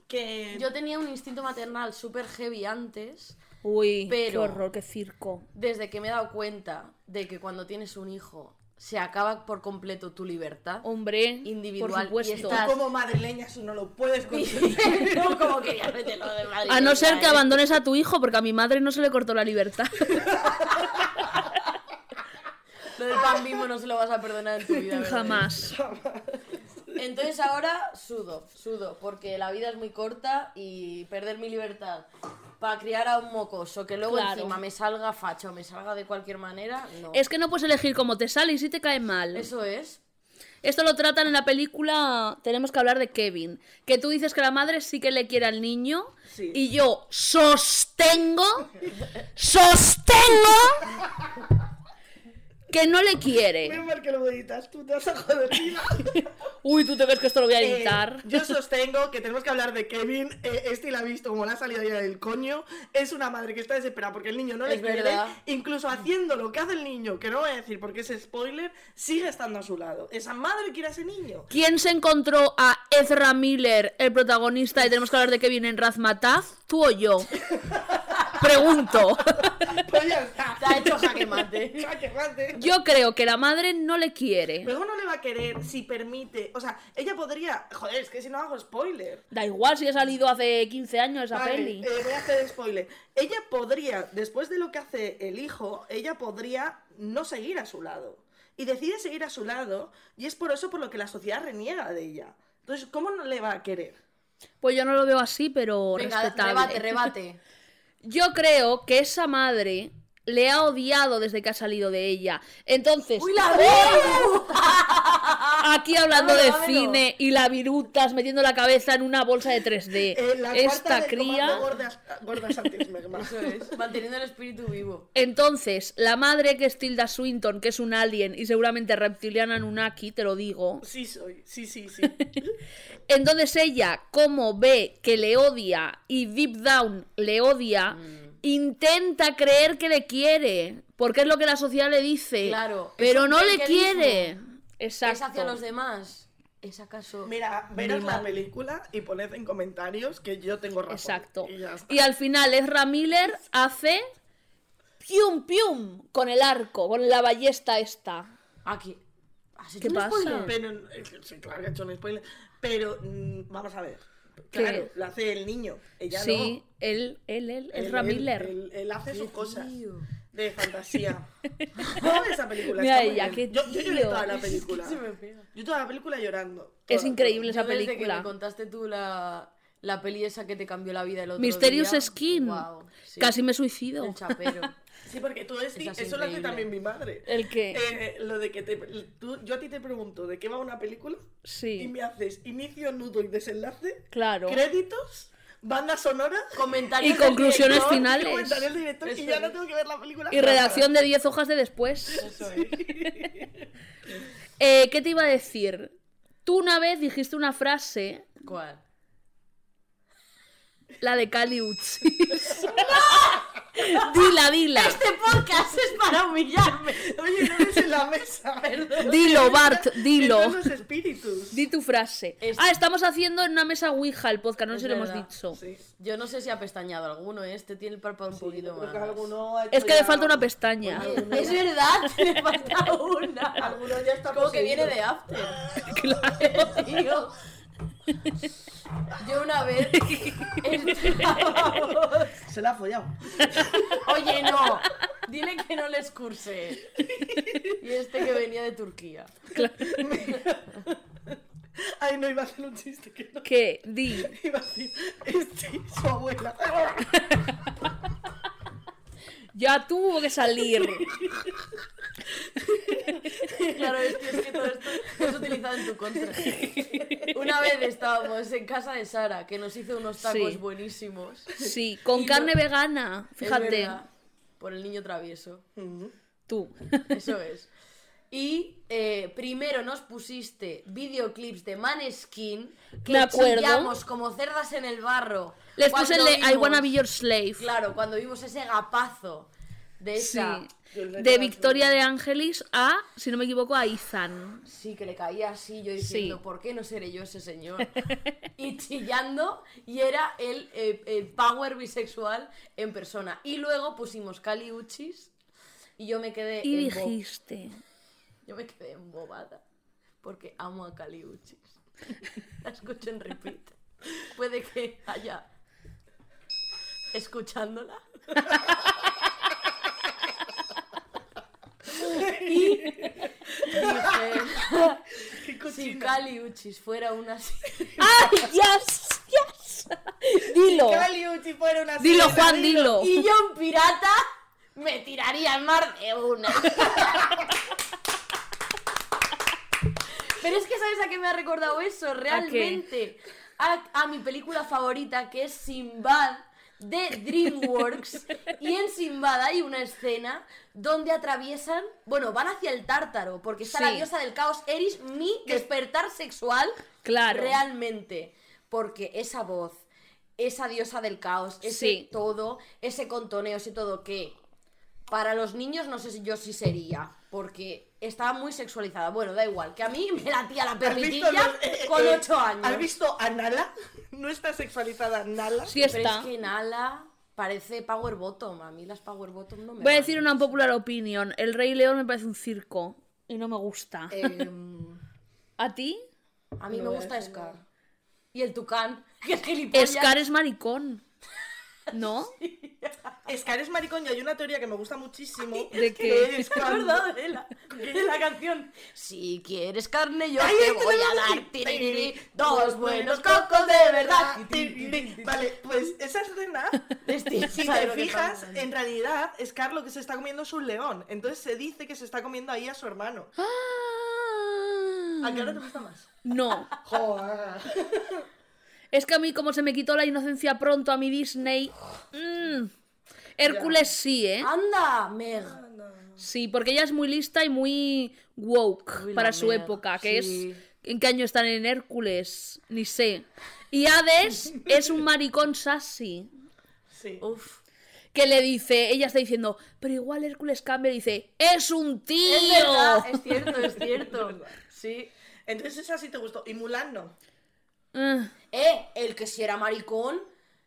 Speaker 7: Que
Speaker 8: Yo tenía un instinto maternal súper heavy antes,
Speaker 6: Uy, qué
Speaker 8: Pero-
Speaker 6: horror, qué circo.
Speaker 8: desde que me he dado cuenta de que cuando tienes un hijo se acaba por completo tu libertad.
Speaker 6: Hombre,
Speaker 8: Individual, y
Speaker 6: Oh, por supuesto.
Speaker 8: estás-
Speaker 7: como madrileña eso no lo puedes conseguir.
Speaker 8: no, como que ya vete lo de Madrid.
Speaker 6: A no ser que
Speaker 8: ¿eh?
Speaker 6: abandones a tu hijo, porque a mi madre no se le cortó la libertad.
Speaker 8: Lo del pan bimbo no se lo vas a perdonar en tu vida. ¿verdad?
Speaker 6: Jamás.
Speaker 8: Entonces ahora sudo, sudo, porque la vida es muy corta y perder mi libertad para criar a un mocoso que luego
Speaker 6: Claro.
Speaker 8: encima me salga facho, me salga de cualquier manera, no.
Speaker 6: Es que no puedes elegir cómo te sale y si te cae mal.
Speaker 8: Eso es.
Speaker 6: Esto lo tratan en la película Tenemos que hablar de Kevin. Que tú dices que la madre sí que le quiere al niño.
Speaker 7: Sí.
Speaker 6: Y yo sostengo. ¡Sostengo! Que no le quiere.
Speaker 7: Menos mal que lo editas, tú te vas a joder. tía.
Speaker 6: Uy, ¿tú te crees que esto lo voy a
Speaker 7: Eh,
Speaker 6: editar?
Speaker 7: yo sostengo que tenemos que hablar de Kevin. eh, este la ha visto como la salida ya del coño. Es una madre que está desesperada porque el niño no le
Speaker 8: Es
Speaker 7: quiere.
Speaker 8: verdad.
Speaker 7: Incluso haciendo lo que hace el niño, que no voy a decir porque es spoiler, sigue estando a su lado. Esa madre quiere a ese niño.
Speaker 6: ¿Quién se encontró a Ezra Miller, el protagonista de Tenemos que hablar de Kevin en Razmataz? ¿Tú o yo? Pregunto.
Speaker 7: Pues ya está.
Speaker 8: Te ha hecho jaque mate.
Speaker 7: Jaque mate.
Speaker 6: Yo creo que la madre no le quiere.
Speaker 7: Luego no le va a querer si permite. O sea, ella podría. Joder, es que si no hago spoiler.
Speaker 6: Da igual si ha salido hace 15 años esa
Speaker 7: Vale,
Speaker 6: peli.
Speaker 7: eh, voy a hacer spoiler. Ella podría, después de lo que hace el hijo, ella podría no seguir a su lado. Y decide seguir a su lado, y es por eso por lo que la sociedad reniega de ella. Entonces, ¿cómo no le va a querer?
Speaker 6: Pues yo no lo veo así, pero
Speaker 8: Venga,
Speaker 6: respetable.
Speaker 8: rebate, rebate.
Speaker 6: Yo creo que esa madre le ha odiado desde que ha salido de ella. Entonces,
Speaker 8: ¡Uy, la
Speaker 6: aquí hablando de
Speaker 8: Dámelo, dámelo.
Speaker 6: cine y la virutas metiendo la cabeza en una bolsa de 3D.
Speaker 7: Eh, la
Speaker 6: Esta
Speaker 7: cuarta del
Speaker 6: cría.
Speaker 7: comando Gordas, gordas antismegma.
Speaker 8: Eso es. Manteniendo el espíritu vivo.
Speaker 6: Entonces, la madre que es Tilda Swinton, que es un alien y seguramente reptiliana Anunnaki, te lo digo.
Speaker 7: Sí, soy. Sí, sí, sí.
Speaker 6: Entonces ella, como ve que le odia y deep down le odia, intenta creer que le quiere, porque es lo que la sociedad le dice.
Speaker 8: Claro, es
Speaker 6: Pero
Speaker 8: un
Speaker 6: no le
Speaker 8: maniqueísmo.
Speaker 6: quiere.
Speaker 8: ¿Es hacia los
Speaker 6: Exacto.
Speaker 8: demás? ¿Es acaso?
Speaker 7: Mira, veros la película y poned en comentarios que yo tengo razón.
Speaker 6: Exacto.
Speaker 7: Y ya está.
Speaker 6: Y al final Ezra Miller hace pium pium con el arco, con la ballesta esta.
Speaker 8: Aquí. ¿Has hecho
Speaker 6: ¿Qué
Speaker 8: un
Speaker 6: pasa?
Speaker 8: spoiler?
Speaker 7: Pero, eh, sí, claro que ha hecho un spoiler. Pero, mm, vamos a ver.
Speaker 6: ¿Qué?
Speaker 7: Claro, lo hace el niño. Ella
Speaker 6: sí,
Speaker 7: no.
Speaker 6: él, él, él,
Speaker 7: Él-
Speaker 6: Ezra
Speaker 7: él-
Speaker 6: Miller.
Speaker 7: Él, él hace sus cosas
Speaker 8: tío.
Speaker 7: de fantasía. Toda esa película.
Speaker 6: Mira
Speaker 7: está muy
Speaker 6: ella,
Speaker 7: bien.
Speaker 6: qué
Speaker 7: yo, yo lloré
Speaker 6: tío.
Speaker 7: toda la
Speaker 8: Se me
Speaker 7: película.
Speaker 8: pega.
Speaker 7: Yo toda la película llorando.
Speaker 6: Es
Speaker 7: Toda,
Speaker 6: increíble
Speaker 8: Yo
Speaker 6: esa
Speaker 8: desde que me
Speaker 6: película.
Speaker 8: contaste tú la, La peli esa que te cambió la vida el otro
Speaker 6: Mysterious
Speaker 8: día.
Speaker 6: Skin.
Speaker 8: Guau, sí.
Speaker 6: Casi me suicido.
Speaker 8: El chapero.
Speaker 7: Sí, porque tú decís,
Speaker 8: Esa es
Speaker 7: eso lo hace
Speaker 8: increíble.
Speaker 7: también mi madre.
Speaker 6: ¿El qué?
Speaker 7: Eh, lo de que te, tú- yo a ti te pregunto de qué va una película y
Speaker 6: sí,
Speaker 7: me haces inicio, nudo y desenlace,
Speaker 6: claro.
Speaker 7: créditos, banda sonora
Speaker 8: Comentarios
Speaker 6: Y
Speaker 8: del
Speaker 6: conclusiones
Speaker 8: director.
Speaker 6: finales.
Speaker 7: y comentario del director y
Speaker 8: Eso
Speaker 7: ya
Speaker 8: es.
Speaker 7: no tengo que ver la película.
Speaker 6: Y redacción de 10 hojas de después.
Speaker 7: Eso es.
Speaker 6: Eh, ¿Qué te iba a decir? Tú una vez dijiste una frase,
Speaker 8: ¿Cuál?
Speaker 6: la de Cali Uchis. Dila, dila.
Speaker 8: Este podcast es para humillarme.
Speaker 7: Oye, no ves en la mesa.
Speaker 6: Dilo, Bart, dilo.
Speaker 7: Son los espíritus.
Speaker 6: Di tu frase.
Speaker 8: Este.
Speaker 6: Ah, estamos haciendo en una mesa Ouija el podcast, no
Speaker 8: Es
Speaker 6: sé si lo hemos
Speaker 8: verdad,
Speaker 6: dicho.
Speaker 7: Sí.
Speaker 8: Yo no sé si ha pestañado alguno, ¿eh? este tiene el párpado un poquito
Speaker 7: Creo
Speaker 8: más.
Speaker 7: que alguno ha hecho
Speaker 6: Es que le
Speaker 7: ya-
Speaker 6: falta una pestaña.
Speaker 8: Es verdad, le falta una.
Speaker 7: Alguno ya está
Speaker 8: Como que
Speaker 7: poseído.
Speaker 8: viene de After. Tío. Yo una vez estábamos-
Speaker 7: Se la ha follado.
Speaker 8: Oye, no. Dile que no les curse. Y este que venía de Turquía.
Speaker 7: Ay, no, iba a hacer un chiste que no.
Speaker 6: ¿Qué? Di.
Speaker 7: Iba a decir, este, su abuela.
Speaker 6: Ya tuvo que salir.
Speaker 8: Claro, es que, es que todo esto es utilizado en tu contra. Una vez estábamos en casa de Sara, que nos hizo unos tacos
Speaker 6: Sí.
Speaker 8: buenísimos.
Speaker 6: Sí, con
Speaker 8: Y
Speaker 6: carne
Speaker 8: no-
Speaker 6: vegana.
Speaker 8: Es
Speaker 6: Fíjate.
Speaker 8: verdad, Por el niño travieso.
Speaker 6: Tú.
Speaker 8: Eso es. Y eh, primero nos pusiste videoclips de Maneskin que
Speaker 6: Me acuerdo.
Speaker 8: chillamos como cerdas en el barro.
Speaker 6: Les
Speaker 8: cuando
Speaker 6: puse el de I
Speaker 8: vimos-
Speaker 6: wanna be your slave.
Speaker 8: Claro, cuando vimos ese gapazo de
Speaker 6: Sí.
Speaker 8: esa.
Speaker 6: De Victoria de Ángelis a, si no me equivoco, a Izan.
Speaker 8: Sí, que le caía así, yo diciendo,
Speaker 6: Sí.
Speaker 8: ¿por qué no seré yo ese señor? y chillando, y era el, eh, el power bisexual en persona. Y luego pusimos Cali Uchis, y yo me quedé
Speaker 6: Y
Speaker 8: embo-
Speaker 6: dijiste.
Speaker 8: yo me quedé embobada, porque amo a Cali Uchis. La escucho en repeat. Puede que haya escuchándola. y dije, si Cali Uchis fuera una así-
Speaker 6: ¡Ay, yes! ¡Yes! Dilo.
Speaker 7: Caliu, si fuera una
Speaker 6: Dilo,
Speaker 7: sirena,
Speaker 6: Juan, dilo.
Speaker 8: y yo un pirata, me tiraría al mar de una. Pero es que sabes a qué me ha recordado eso, realmente. A, a mi película favorita que es Sinbad de DreamWorks. Y en Sinbad hay una escena donde atraviesan, bueno, van hacia el tártaro, porque está la
Speaker 6: Sí.
Speaker 8: diosa del caos Eris, mi despertar sexual.
Speaker 6: Claro.
Speaker 8: Realmente. Porque esa voz, esa diosa del caos, ese
Speaker 6: Sí.
Speaker 8: todo, ese contoneo, ese todo que para los niños no sé si yo sí sería. Porque estaba muy sexualizada. Bueno, da igual. Que a mí me latía la
Speaker 7: ¿Has visto
Speaker 8: permitilla
Speaker 7: los- eh, eh,
Speaker 8: con
Speaker 7: eh,
Speaker 8: 8 años.
Speaker 7: ¿Has visto a Nala? ¿No está sexualizada Nala?
Speaker 6: Sí
Speaker 8: Pero es
Speaker 6: está.
Speaker 8: que Nala parece Power Bottom. A mí las Power Bottom no me
Speaker 6: Voy a
Speaker 8: van.
Speaker 6: decir una popular opinion. El Rey León me parece un circo. Y no me gusta.
Speaker 8: Em,
Speaker 6: ¿A ti?
Speaker 8: a mí me gusta Scar. Y el Tucán, que es gilipollas.
Speaker 6: Scar es maricón. ¿No?
Speaker 7: Scar es maricón y hay una teoría que me gusta muchísimo.
Speaker 6: ¿De qué?
Speaker 7: es
Speaker 8: ¿Te has
Speaker 7: cuando-
Speaker 8: acordado de la, de la canción? Si quieres carne, yo
Speaker 7: Ay, este
Speaker 8: te
Speaker 7: es que
Speaker 8: voy
Speaker 7: no
Speaker 8: a
Speaker 7: lo
Speaker 8: dar
Speaker 7: sé.
Speaker 8: tiriri, dos buenos cocos de verdad.
Speaker 7: Tiriri. Vale, pues esa escena,
Speaker 8: Este,
Speaker 7: si
Speaker 8: ¿sabes
Speaker 7: te
Speaker 8: lo que
Speaker 7: fijas,
Speaker 8: pasa?
Speaker 7: en realidad Scar lo que se está comiendo es un león. Entonces se dice que se está comiendo ahí a su hermano. ¿A qué hora te gusta más?
Speaker 6: Ah. No.
Speaker 7: Joder.
Speaker 6: Es que a mí, como se me quitó la inocencia pronto a mi Disney. mm, Hércules sí, ¿eh?
Speaker 8: Anda, Meg.
Speaker 6: Sí, porque ella es muy lista y muy woke
Speaker 8: Uy, la
Speaker 6: para su
Speaker 8: mierda,
Speaker 6: época, que
Speaker 8: sí.
Speaker 6: es... ¿En qué año están en Hércules? Ni sé. Y Hades es un maricón sassy,
Speaker 7: Sí.
Speaker 8: Uf.
Speaker 6: que le dice, ella está diciendo, pero igual Hércules cambia y dice, ¡es un tío!
Speaker 8: Es verdad, es cierto, es cierto. Sí.
Speaker 7: Entonces esa sí te gustó. Y Mulan no.
Speaker 6: Mm,
Speaker 8: Eh, el que si era maricón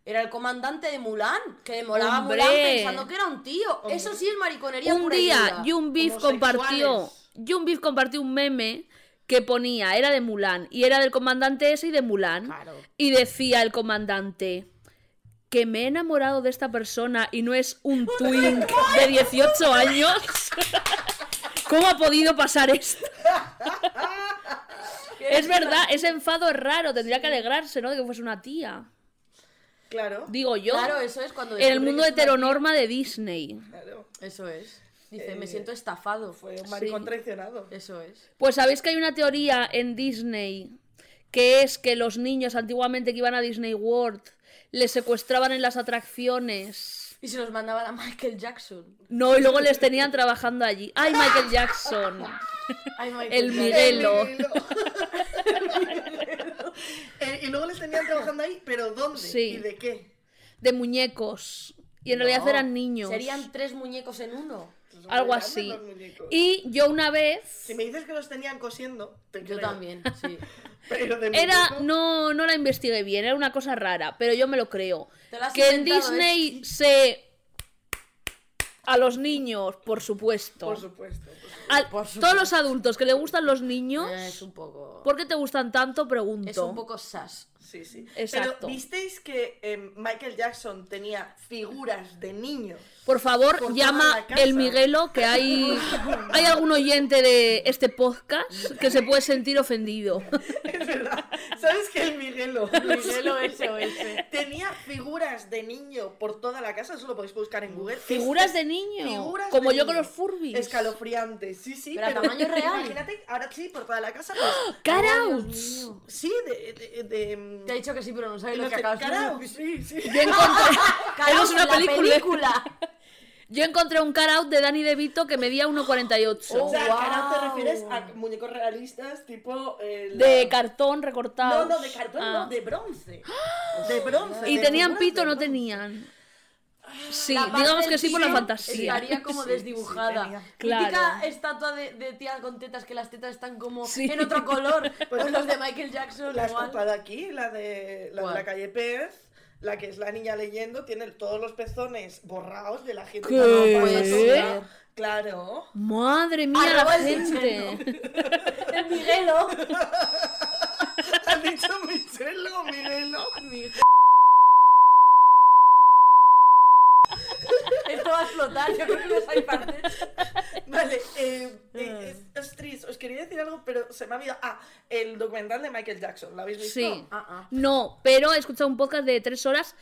Speaker 8: era el comandante de Mulan, que le molaba
Speaker 6: Hombre.
Speaker 8: Mulan pensando que era un tío. Eso sí es mariconería
Speaker 6: Un
Speaker 8: pura y
Speaker 6: día,
Speaker 8: dura.
Speaker 6: Jun Beef compartió,
Speaker 7: Homosexuales.
Speaker 6: Jun Beef compartió un meme que ponía, era de Mulan, y era del comandante ese y de Mulan.
Speaker 8: Claro.
Speaker 6: Y decía el comandante que me he enamorado de esta persona y no es un twink de 18 años. ¿Cómo ha podido pasar esto? es verdad, ese enfado es raro, tendría que alegrarse, ¿no? De que fuese una tía.
Speaker 7: Claro.
Speaker 6: Digo yo.
Speaker 8: Claro, eso es cuando
Speaker 6: en el
Speaker 8: descubre
Speaker 6: mundo
Speaker 8: que es una-
Speaker 6: heteronorma de Disney.
Speaker 7: claro.
Speaker 8: Eso es. Dice,
Speaker 7: Eh,
Speaker 8: me siento estafado.
Speaker 7: Fue un maricón
Speaker 6: Sí.
Speaker 7: traicionado.
Speaker 8: Eso es.
Speaker 6: Pues sabéis que hay una teoría en Disney que es que los niños antiguamente que iban a Disney World les secuestraban en las atracciones.
Speaker 8: Y se los mandaban a Michael Jackson.
Speaker 6: No, y luego les tenían trabajando allí. ¡Ay, Michael Jackson!
Speaker 8: Ay, Michael
Speaker 6: El
Speaker 8: Jackson.
Speaker 6: Miguelo.
Speaker 7: Eh, y luego les tenían trabajando ahí, pero ¿dónde?
Speaker 6: Sí.
Speaker 7: ¿Y de qué?
Speaker 6: De muñecos. Y en realidad
Speaker 8: No,
Speaker 6: eran niños.
Speaker 8: Serían tres muñecos en uno.
Speaker 7: Pues Son muy
Speaker 6: Algo
Speaker 7: grandes
Speaker 6: así.
Speaker 7: los muñecos.
Speaker 6: Y yo una vez...
Speaker 7: Si me dices que los tenían cosiendo, te
Speaker 8: Yo
Speaker 7: creo.
Speaker 8: también, sí.
Speaker 7: Pero de
Speaker 6: Era,
Speaker 7: muñeco-
Speaker 6: no, no la investigué bien, era una cosa rara, pero yo me lo creo.
Speaker 8: Te lo has
Speaker 6: Que en
Speaker 8: inventado, ¿eh?
Speaker 6: Disney se... A los niños, por supuesto.
Speaker 7: Por supuesto. por supuesto.
Speaker 6: Al-
Speaker 8: por
Speaker 6: Todos
Speaker 8: supuesto.
Speaker 6: los adultos que le gustan los niños,
Speaker 8: Eh, Es un poco.
Speaker 6: ¿por qué te gustan tanto? Pregunto.
Speaker 8: Es un poco sas.
Speaker 7: Sí, sí.
Speaker 6: Exacto.
Speaker 7: Pero ¿visteis que em, Michael Jackson tenía figuras de niños?
Speaker 6: Por favor,
Speaker 7: por toda
Speaker 6: llama
Speaker 7: la casa.
Speaker 6: el Miguelo, que hay, hay algún oyente de este podcast que se puede sentir ofendido.
Speaker 7: Es verdad. ¿Sabes qué? El Miguelo.
Speaker 8: Miguelo SOS.
Speaker 7: Tenía figuras de niño por toda la casa, eso lo podéis buscar en Google.
Speaker 6: Figuras
Speaker 7: Este-
Speaker 6: de niño,
Speaker 7: figuras
Speaker 6: como
Speaker 7: de
Speaker 6: yo con
Speaker 7: niño.
Speaker 6: los Furbies.
Speaker 7: Escalofriantes, sí, sí.
Speaker 8: Pero a tamaño real.
Speaker 7: Imagínate, ahora sí, por toda la casa. pues,
Speaker 6: Carauts.
Speaker 7: sí, de... de, de, mm,
Speaker 8: Te ha dicho que sí, pero no sabes
Speaker 7: no
Speaker 8: lo que
Speaker 7: sé,
Speaker 8: acabas de
Speaker 7: Carauts, sí, sí.
Speaker 6: Yo encontré,
Speaker 8: Carajo,
Speaker 6: es una
Speaker 8: la
Speaker 6: película.
Speaker 8: película.
Speaker 6: yo encontré un car out de Danny DeVito que medía 1,48.
Speaker 7: O sea,
Speaker 8: wow.
Speaker 6: Oh,
Speaker 7: Carauts te refieres a muñecos realistas tipo... eh, la-
Speaker 6: de cartón recortado.
Speaker 7: No, no, de cartón,
Speaker 6: Ah.
Speaker 7: no, de bronce. De bronce.
Speaker 6: Y
Speaker 7: de
Speaker 6: tenían
Speaker 7: figuras
Speaker 6: pito,
Speaker 7: de Ah,
Speaker 6: no
Speaker 7: bronce.
Speaker 6: tenían. Sí,
Speaker 8: La parte
Speaker 6: digamos que
Speaker 8: del
Speaker 6: sí por la
Speaker 8: tío
Speaker 6: fantasía.
Speaker 8: Estaría como desdibujada.
Speaker 7: tenía.
Speaker 6: Claro.
Speaker 8: Típica estatua de, de tía con tetas que las tetas están como
Speaker 6: Sí.
Speaker 8: en otro color. Pues los de Michael Jackson
Speaker 7: La
Speaker 8: igual.
Speaker 7: estatua de aquí, la de la, de
Speaker 8: ¿Cuál?
Speaker 7: la calle Pez, la que es la niña leyendo, tiene todos los pezones borrados de la gente.
Speaker 6: ¿Qué?
Speaker 7: que no puede
Speaker 8: ¿Eh?
Speaker 7: tocar. Claro.
Speaker 6: Madre mía,
Speaker 8: Arroba
Speaker 6: la
Speaker 8: el
Speaker 6: gente.
Speaker 8: El Miguelo.
Speaker 7: ¿Has dicho Michelo, Mirelo?
Speaker 8: Esto va a explotar. Yo creo que los hay partes.
Speaker 7: Vale, eh,
Speaker 6: Ah.
Speaker 7: eh, es- Ostris, os quería decir algo, pero se me ha olvidado. Ah, el documental de Michael Jackson, ¿lo habéis visto?
Speaker 6: Sí.
Speaker 8: Ah, ah.
Speaker 6: No, pero he escuchado un podcast de tres horas.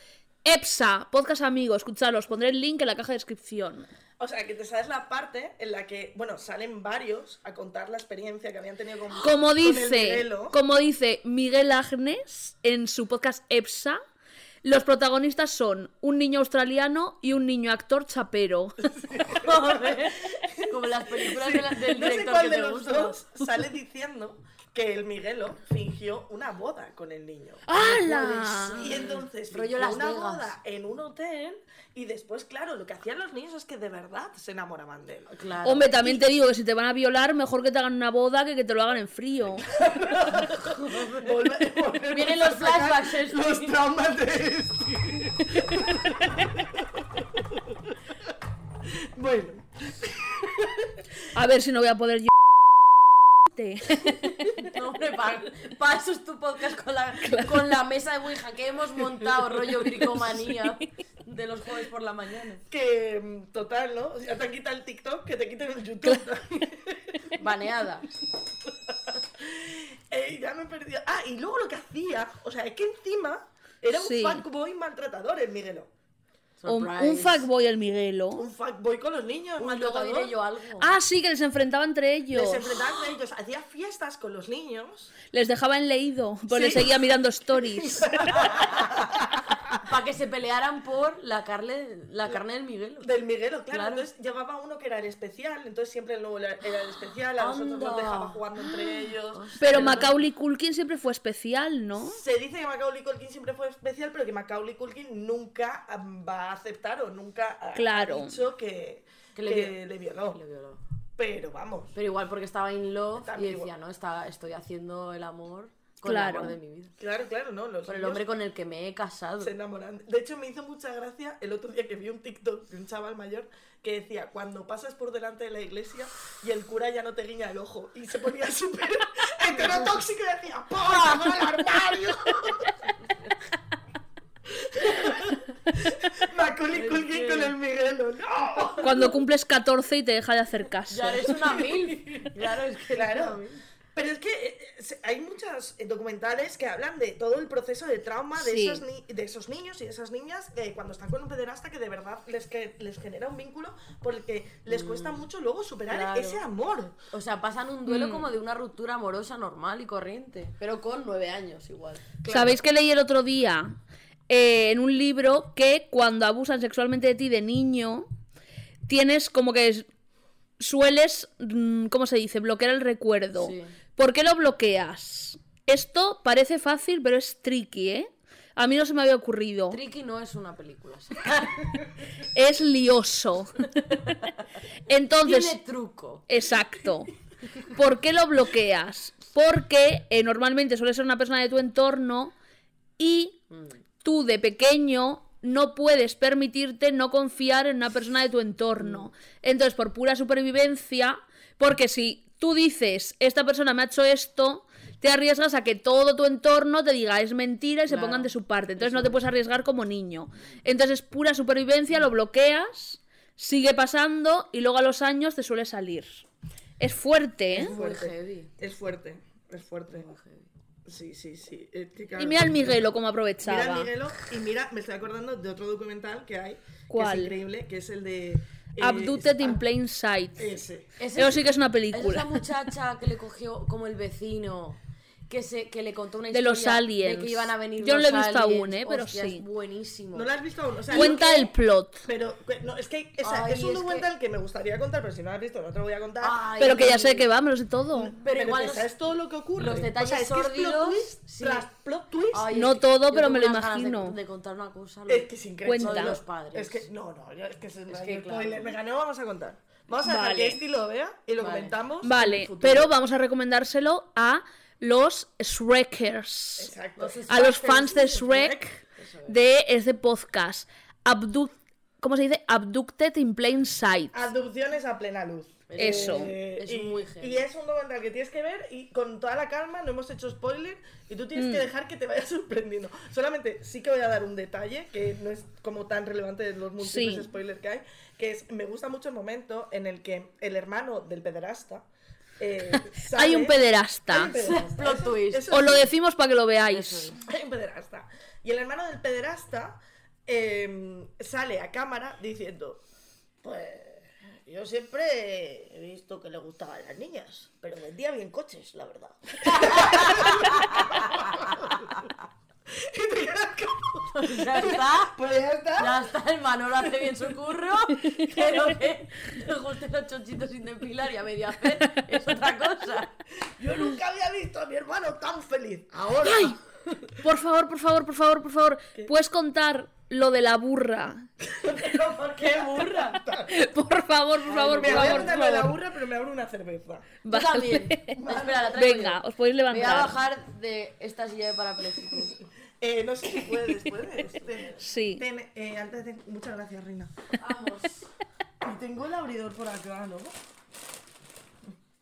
Speaker 6: EPSA, podcast amigo, escuchadlos. Pondré el link en la caja de descripción.
Speaker 7: O sea, que te sabes la parte en la que, bueno, salen varios a contar la experiencia que habían tenido con
Speaker 6: Como
Speaker 7: con el
Speaker 6: dice,
Speaker 7: Mirelo.
Speaker 6: como dice Miguel Agnes en su podcast EPSA, los protagonistas son un niño australiano y un niño actor chapero.
Speaker 8: Joder. Como las películas de la- del
Speaker 7: no sé
Speaker 8: director
Speaker 7: cuál
Speaker 8: que
Speaker 7: de
Speaker 8: te
Speaker 7: los
Speaker 8: gusta.
Speaker 7: dos sale diciendo que el Miguelo fingió una boda con el niño.
Speaker 6: ¡Hala!
Speaker 7: Y entonces
Speaker 8: Ah. Rollo
Speaker 7: fingió
Speaker 8: Las
Speaker 7: una
Speaker 8: Vegas.
Speaker 7: boda en un hotel y después, claro, lo que hacían los niños es que de verdad se enamoraban de él.
Speaker 8: Claro.
Speaker 6: Hombre, también te digo que si te van a violar, mejor que te hagan una boda que que te lo hagan en frío.
Speaker 7: Volve- volvemos
Speaker 8: Vienen los
Speaker 7: a sacar
Speaker 8: flashbacks, es
Speaker 7: Los
Speaker 8: decir.
Speaker 7: traumas de este. bueno,
Speaker 6: A ver si no voy a poder yo.
Speaker 8: Hombre, pa, pa eso es tu podcast con la, con la mesa de Ouija que hemos montado, rollo bricomanía de los jueves por la mañana.
Speaker 7: que mm, total, ¿no? Ya te quita el TikTok, que te quiten el YouTube.
Speaker 8: Baneada.
Speaker 7: Eh, ya me he perdido. Ah, y luego lo que hacía, o sea, es que encima era un
Speaker 6: Sí.
Speaker 7: fuckboy maltratador el Miguelo.
Speaker 6: Un, un
Speaker 8: Surprise.
Speaker 6: fuckboy el Miguelo.
Speaker 7: Un fuckboy con los niños,
Speaker 8: Uy, luego
Speaker 7: maltratador.
Speaker 8: diré yo algo.
Speaker 6: Ah, sí, que les enfrentaba entre ellos.
Speaker 7: Les
Speaker 6: Les,
Speaker 7: enfrentaba con ellos, hacía fiestas con los niños.
Speaker 6: dejaba en leído, pues les
Speaker 7: Sí.
Speaker 6: seguía mirando stories.
Speaker 8: Para que se pelearan por la carne, la carne del Miguelo.
Speaker 7: Del Miguelo, claro.
Speaker 8: Claro.
Speaker 7: Entonces llevaba uno que era el especial, entonces siempre el nuevo era era el especial, a nosotros
Speaker 8: Anda.
Speaker 7: nos dejaba jugando entre ellos.
Speaker 6: Pero Macaulay Culkin siempre fue especial, ¿no?
Speaker 7: Se dice que Macaulay Culkin siempre fue especial, pero que Macaulay Culkin nunca mm, va a aceptar o nunca ha
Speaker 6: Claro.
Speaker 7: dicho que,
Speaker 8: Que le
Speaker 7: que
Speaker 8: vi-
Speaker 7: le violó.
Speaker 8: Le violó.
Speaker 7: Pero vamos.
Speaker 8: Pero igual porque estaba in love
Speaker 7: También
Speaker 8: y decía,
Speaker 7: igual.
Speaker 8: no, está, estoy haciendo el amor con
Speaker 6: Claro.
Speaker 8: el amor de mi vida.
Speaker 7: Claro, claro, no. Los
Speaker 8: Con el
Speaker 7: niños
Speaker 8: hombre con el que me he casado.
Speaker 7: se enamoran. De hecho, me hizo mucha gracia el otro día que vi un TikTok de un chaval mayor que decía, cuando pasas por delante de la iglesia y el cura ya no te guiña el ojo. Y se ponía súper heterotóxico y decía, ¡Porra, no al armario! Macaulay Culkin con el Miguelo, ¡no!
Speaker 6: Cuando cumples 14 y te deja de hacer caso.
Speaker 8: Ya eres una mil. Claro, es que eres
Speaker 7: Claro.
Speaker 8: una milf.
Speaker 7: Pero es que eh, eh, se- hay muchos eh, documentales que hablan de todo el proceso de trauma de,
Speaker 6: Sí.
Speaker 7: esos, ni- de esos niños y de esas niñas eh, cuando están con un pederasta que de verdad les, que, les genera un vínculo por el que les cuesta mucho luego superar
Speaker 8: Claro.
Speaker 7: ese amor.
Speaker 8: O sea, pasan un duelo
Speaker 6: Mm.
Speaker 8: como de una ruptura amorosa normal y corriente. Pero con nueve años igual.
Speaker 6: ¿Sabéis que leí el otro día eh, en un libro que cuando abusan sexualmente de ti de niño, tienes como que s- sueles, mm, ¿cómo se dice?, bloquear el recuerdo.
Speaker 8: Sí.
Speaker 6: ¿Por qué lo bloqueas? Esto parece fácil, pero es tricky, ¿eh? A mí no se me había ocurrido.
Speaker 8: Tricky no es una película. o sea,
Speaker 6: Es lioso. Entonces...
Speaker 8: Tiene truco.
Speaker 6: Exacto. ¿Por qué lo bloqueas? Porque eh, normalmente suele ser una persona de tu entorno y tú de pequeño no puedes permitirte no confiar en una persona de tu entorno. Entonces, por pura supervivencia, porque si tú dices, esta persona me ha hecho esto, te arriesgas a que todo tu entorno te diga es mentira y se
Speaker 8: Claro.
Speaker 6: pongan de su parte. Entonces no te puedes arriesgar como niño. Entonces es pura supervivencia, lo bloqueas, sigue pasando y luego a los años te suele salir. Es fuerte, ¿eh?
Speaker 8: Es muy heavy.
Speaker 7: Es fuerte, es fuerte. Sí, sí, sí. Eh, que claro.
Speaker 6: Oh, Y mira al Miguelo como
Speaker 7: Mira
Speaker 6: aprovechaba.
Speaker 7: el Miguelo y mira, me estoy acordando de otro documental que hay,
Speaker 6: ¿Cuál?
Speaker 7: que es increíble, que es el de... eh,
Speaker 6: Abducted
Speaker 7: ah,
Speaker 6: in Plain Sight.
Speaker 7: Ese.
Speaker 8: Ese-
Speaker 6: Eso sí que es una
Speaker 8: Es esa
Speaker 6: película.
Speaker 8: muchacha que le cogió como el vecino. Que, se, que le contó una
Speaker 6: De
Speaker 8: historia
Speaker 6: los aliens.
Speaker 8: de que iban a venir
Speaker 6: Yo no
Speaker 8: los
Speaker 6: lo he visto
Speaker 8: aliens.
Speaker 6: aún, ¿eh? Pero
Speaker 8: Hostia,
Speaker 6: sí.
Speaker 8: es buenísimo.
Speaker 7: ¿No lo has visto aún? O sea,
Speaker 6: Cuenta
Speaker 7: yo-
Speaker 6: el plot.
Speaker 7: Pero que- no, es que esa-
Speaker 8: Ay,
Speaker 7: es un
Speaker 8: es que-
Speaker 7: documental que... me gustaría contar, pero si no lo has visto no te lo voy a contar.
Speaker 8: Ay,
Speaker 6: Pero que ya sé que va, me lo sé todo.
Speaker 8: Pero igual
Speaker 7: que
Speaker 8: los-
Speaker 7: sabes todo lo que ocurre.
Speaker 8: los detalles
Speaker 7: o sea, es que es
Speaker 8: sórdidos,
Speaker 7: plot twist
Speaker 8: sí.
Speaker 7: tras plot twist.
Speaker 8: Ay,
Speaker 6: No
Speaker 8: es que
Speaker 6: todo, pero
Speaker 8: yo tengo
Speaker 6: me lo
Speaker 8: unas ganas de-
Speaker 6: imagino.
Speaker 8: De, contar una cosa. lo-
Speaker 7: es que sin creer.
Speaker 6: Cuenta.
Speaker 8: lo de los padres.
Speaker 7: Es que no, no, yo- es que se me
Speaker 8: Es
Speaker 7: ha
Speaker 8: que,
Speaker 7: ido el
Speaker 8: claro.
Speaker 7: spoiler. Me ganó, vamos a contar. Vamos a dejar
Speaker 6: Vale.
Speaker 7: que Esti lo vea y lo
Speaker 8: Vale.
Speaker 7: comentamos. en el
Speaker 6: Vale,
Speaker 7: futuro.
Speaker 6: pero vamos a recomendárselo a los Shrekers.
Speaker 7: Exacto.
Speaker 8: Los
Speaker 6: A los
Speaker 8: Sparkers.
Speaker 6: fans de Shrek de este podcast. Abduct ¿Cómo se dice? Abducted in Plain Sight.
Speaker 7: Abducciones a plena luz.
Speaker 6: Eso.
Speaker 7: Eh,
Speaker 8: Es
Speaker 7: y,
Speaker 8: muy heavy.
Speaker 7: y es un documental que tienes que ver y con toda la calma, no hemos hecho spoiler y tú tienes que
Speaker 6: Mm.
Speaker 7: dejar que te vaya sorprendiendo. Solamente sí que voy a dar un detalle que no es como tan relevante de los múltiples
Speaker 6: Sí.
Speaker 7: spoilers que hay, que es, me gusta mucho el momento en el que el hermano del pederasta... eh, sabe-
Speaker 6: Hay un
Speaker 7: Hay
Speaker 6: pederasta.
Speaker 7: un pederasta.
Speaker 8: Plot
Speaker 7: Eso-
Speaker 8: twist.
Speaker 7: eso
Speaker 6: Os lo
Speaker 7: sí.
Speaker 6: decimos para que lo veáis.
Speaker 8: Eso es.
Speaker 7: Hay un pederasta. Y el hermano del pederasta eh, sale a cámara diciendo, pues yo siempre he visto que le gustaban las niñas, pero vendía bien coches, la verdad. Y te quedas como,
Speaker 8: Ya está.
Speaker 7: pues ya está.
Speaker 8: Ya está, el Manolo hace bien su curro. Pero que le gusten los chochitos sin depilar y a media hacer es otra cosa.
Speaker 7: Yo nunca había visto a mi hermano tan feliz. Ahora.
Speaker 6: ¡Ay! Por favor, por favor, por favor, por favor. ¿Puedes contar lo de la burra?
Speaker 7: Pero ¿por qué burra?
Speaker 6: Por favor, por favor,
Speaker 7: Me voy
Speaker 6: por
Speaker 7: a
Speaker 6: favor, por
Speaker 7: contar lo de la
Speaker 6: favor.
Speaker 7: burra, pero me abro una cerveza.
Speaker 8: Yo
Speaker 6: Vale.
Speaker 8: también. Espera, la traigo
Speaker 6: Venga,
Speaker 8: yo.
Speaker 6: os podéis
Speaker 8: Me voy a
Speaker 6: levantar.
Speaker 8: bajar de esta silla de parapléjicos.
Speaker 7: Eh, no sé si puedes, puedes. Ten-
Speaker 6: Sí.
Speaker 7: ten, eh, antes de- Muchas gracias, Reina.
Speaker 8: Vamos.
Speaker 7: Y tengo el abridor por acá, ¿no?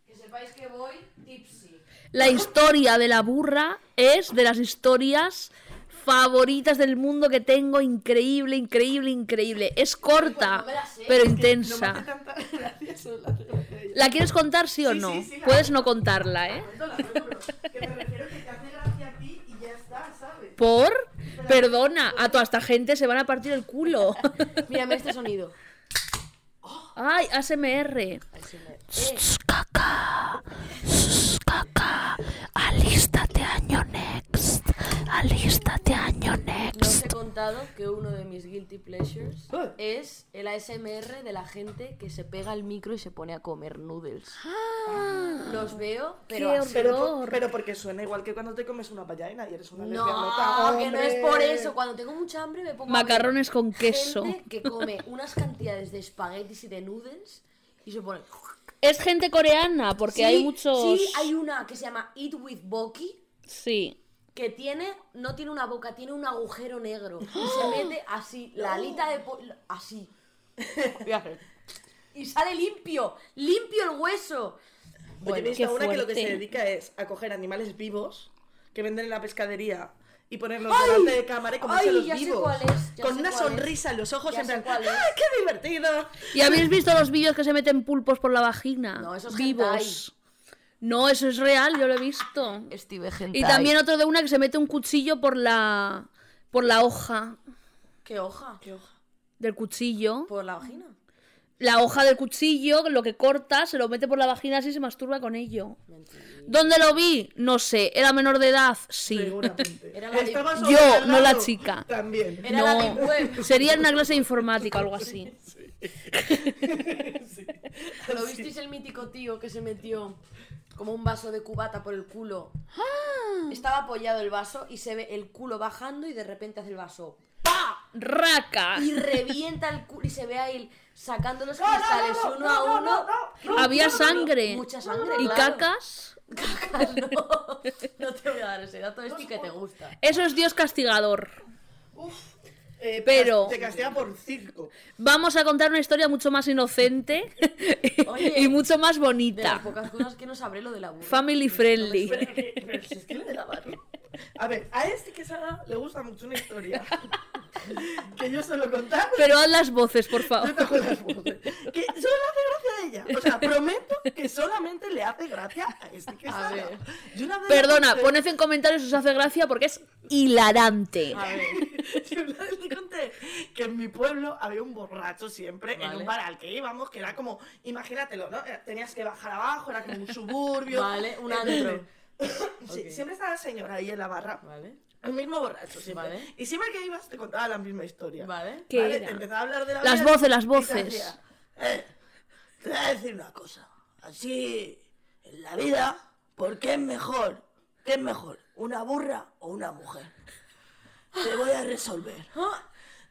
Speaker 8: Que sepáis que voy tipsy.
Speaker 6: La historia de la burra es de las historias favoritas del mundo que tengo. Increíble, increíble, increíble. Es corta,
Speaker 8: Pues no me la sé.
Speaker 6: pero
Speaker 7: No me hace
Speaker 6: intensa.
Speaker 7: tanta gracia solo la cerveza y yo.
Speaker 6: ¿La quieres contar sí o
Speaker 7: Sí,
Speaker 6: no?
Speaker 7: sí, sí, la
Speaker 6: Puedes no contarla, ¿eh?
Speaker 7: No la cuento, pero que me refiero que te hace gracia a ti y ya está, ¿sabes?
Speaker 6: Por... Perdona, a toda esta gente se van a partir el culo.
Speaker 8: Mírame este sonido.
Speaker 6: Ay, ASMR.
Speaker 5: Caca. Caca. Alístate año next. Alístate año
Speaker 8: No
Speaker 5: next.
Speaker 8: os he contado que uno de mis guilty pleasures es el ASMR de la gente que se pega al micro y se pone a comer noodles. Los veo, pero
Speaker 6: Ah. Qué
Speaker 8: así.
Speaker 7: Pero,
Speaker 6: Horror.
Speaker 7: por- pero porque suena igual que cuando te comes una payaina y eres una lesbianota.
Speaker 8: No, que no es por eso. Cuando tengo mucha hambre me pongo a ver
Speaker 6: Macarrones con queso.
Speaker 8: gente que come unas cantidades de espaguetis y de noodles y se pone.
Speaker 6: Es gente coreana, porque
Speaker 8: Sí,
Speaker 6: hay muchos...
Speaker 8: Sí, hay una que se llama Eat with Boki
Speaker 6: Sí.
Speaker 8: que tiene no tiene una boca, tiene un agujero negro y
Speaker 6: ¡Ah!
Speaker 8: se mete así la alita de po- así. y sale limpio, limpio el hueso.
Speaker 7: Oye, he
Speaker 8: Bueno,
Speaker 7: visto
Speaker 6: qué
Speaker 7: una que lo que se
Speaker 6: fuerte.
Speaker 7: dedica es a coger animales vivos que venden en la pescadería y ponerlos delante de cámara y comérselos
Speaker 8: ¡Ay, ya sé
Speaker 7: vivos.
Speaker 8: cuál es, ya
Speaker 7: con
Speaker 8: sé
Speaker 7: una
Speaker 8: cuál es.
Speaker 7: sonrisa en los ojos,
Speaker 8: Ya
Speaker 7: en
Speaker 8: sé
Speaker 7: plan,
Speaker 8: cuál es.
Speaker 7: ¡ay, qué divertido!
Speaker 6: ¿Y habéis visto los vídeos que se meten pulpos por la vagina?
Speaker 8: No, eso es
Speaker 6: Vivos. No, eso es real, yo lo he visto.
Speaker 8: Steve Hentai.
Speaker 6: Y también otro de una que se mete un cuchillo por la por la hoja
Speaker 8: ¿Qué hoja? ¿Qué hoja?
Speaker 6: del cuchillo.
Speaker 8: Por la vagina.
Speaker 6: La hoja del cuchillo, lo que corta, se lo mete por la vagina así y se masturba con ello.
Speaker 8: Mentira.
Speaker 6: ¿Dónde lo vi? No sé. ¿Era menor de edad? Sí.
Speaker 7: Seguramente.
Speaker 8: Era la de-
Speaker 7: Estabas
Speaker 6: Yo,
Speaker 7: sobre el
Speaker 6: no la
Speaker 7: lado
Speaker 6: chica.
Speaker 7: También.
Speaker 8: Era la Deep Web.
Speaker 6: Sería en una clase de informática o algo así.
Speaker 8: ¿Lo visteis el mítico tío que se metió como un vaso de cubata por el culo?
Speaker 6: Ah.
Speaker 8: Estaba apoyado el vaso y se ve el culo bajando y de repente hace el vaso. ¡Pa!
Speaker 6: Raca.
Speaker 8: Y revienta el culo y se ve a él sacando los cristales uno a uno.
Speaker 6: Había sangre.
Speaker 8: Mucha sangre,
Speaker 6: Y
Speaker 8: claro.
Speaker 6: cacas.
Speaker 8: Cacas, no. No te voy a dar ese dato, es que te gusta.
Speaker 6: Eso es Dios castigador.
Speaker 7: Uf. Eh,
Speaker 6: Pero-
Speaker 7: Te castiga por circo.
Speaker 6: Vamos a contar una historia mucho más inocente
Speaker 8: Oye.
Speaker 6: y mucho más
Speaker 8: De las
Speaker 6: bonita.
Speaker 8: pocas cosas que no sabré lo de la burra.
Speaker 6: Family friendly.
Speaker 7: Pero, eh, pero si es que le da la barra. A ver, a este que Sara le gusta mucho una historia. que yo se lo contaba.
Speaker 6: Pero haz las voces, por
Speaker 7: Yo
Speaker 6: favor.
Speaker 7: te juro las voces. Que solo le hace gracia a ella. O sea, prometo que solamente le hace gracia a este que Sara.
Speaker 8: ver.
Speaker 7: Yo una vez le
Speaker 6: Perdona,
Speaker 7: conté-
Speaker 6: poned en comentarios si os hace gracia porque es hilarante.
Speaker 8: A ver.
Speaker 7: Yo una vez le conté que en mi pueblo había un borracho siempre en
Speaker 8: Vale.
Speaker 7: un bar al que íbamos, que era como, imagínatelo, ¿no? Era- Tenías que bajar abajo, era como un suburbio.
Speaker 8: Vale, un
Speaker 7: Entonces,
Speaker 8: antro.
Speaker 7: sí,
Speaker 8: Ok.
Speaker 7: Siempre estaba la señora ahí en la barra.
Speaker 8: Vale,
Speaker 7: El mismo borracho siempre.
Speaker 8: Vale.
Speaker 7: Y siempre que ibas te contaba la misma historia.
Speaker 8: vale.
Speaker 6: ¿Qué
Speaker 7: ¿Vale?
Speaker 6: era?
Speaker 7: Te empezaba a hablar de la
Speaker 6: Las
Speaker 7: vida
Speaker 6: voces, las
Speaker 7: y te
Speaker 6: voces.
Speaker 7: hacía, "Eh, te voy a decir una cosa. Así, en la vida, ¿por qué es mejor? ¿Qué es mejor? ¿Una burra o una mujer? Te voy a resolver.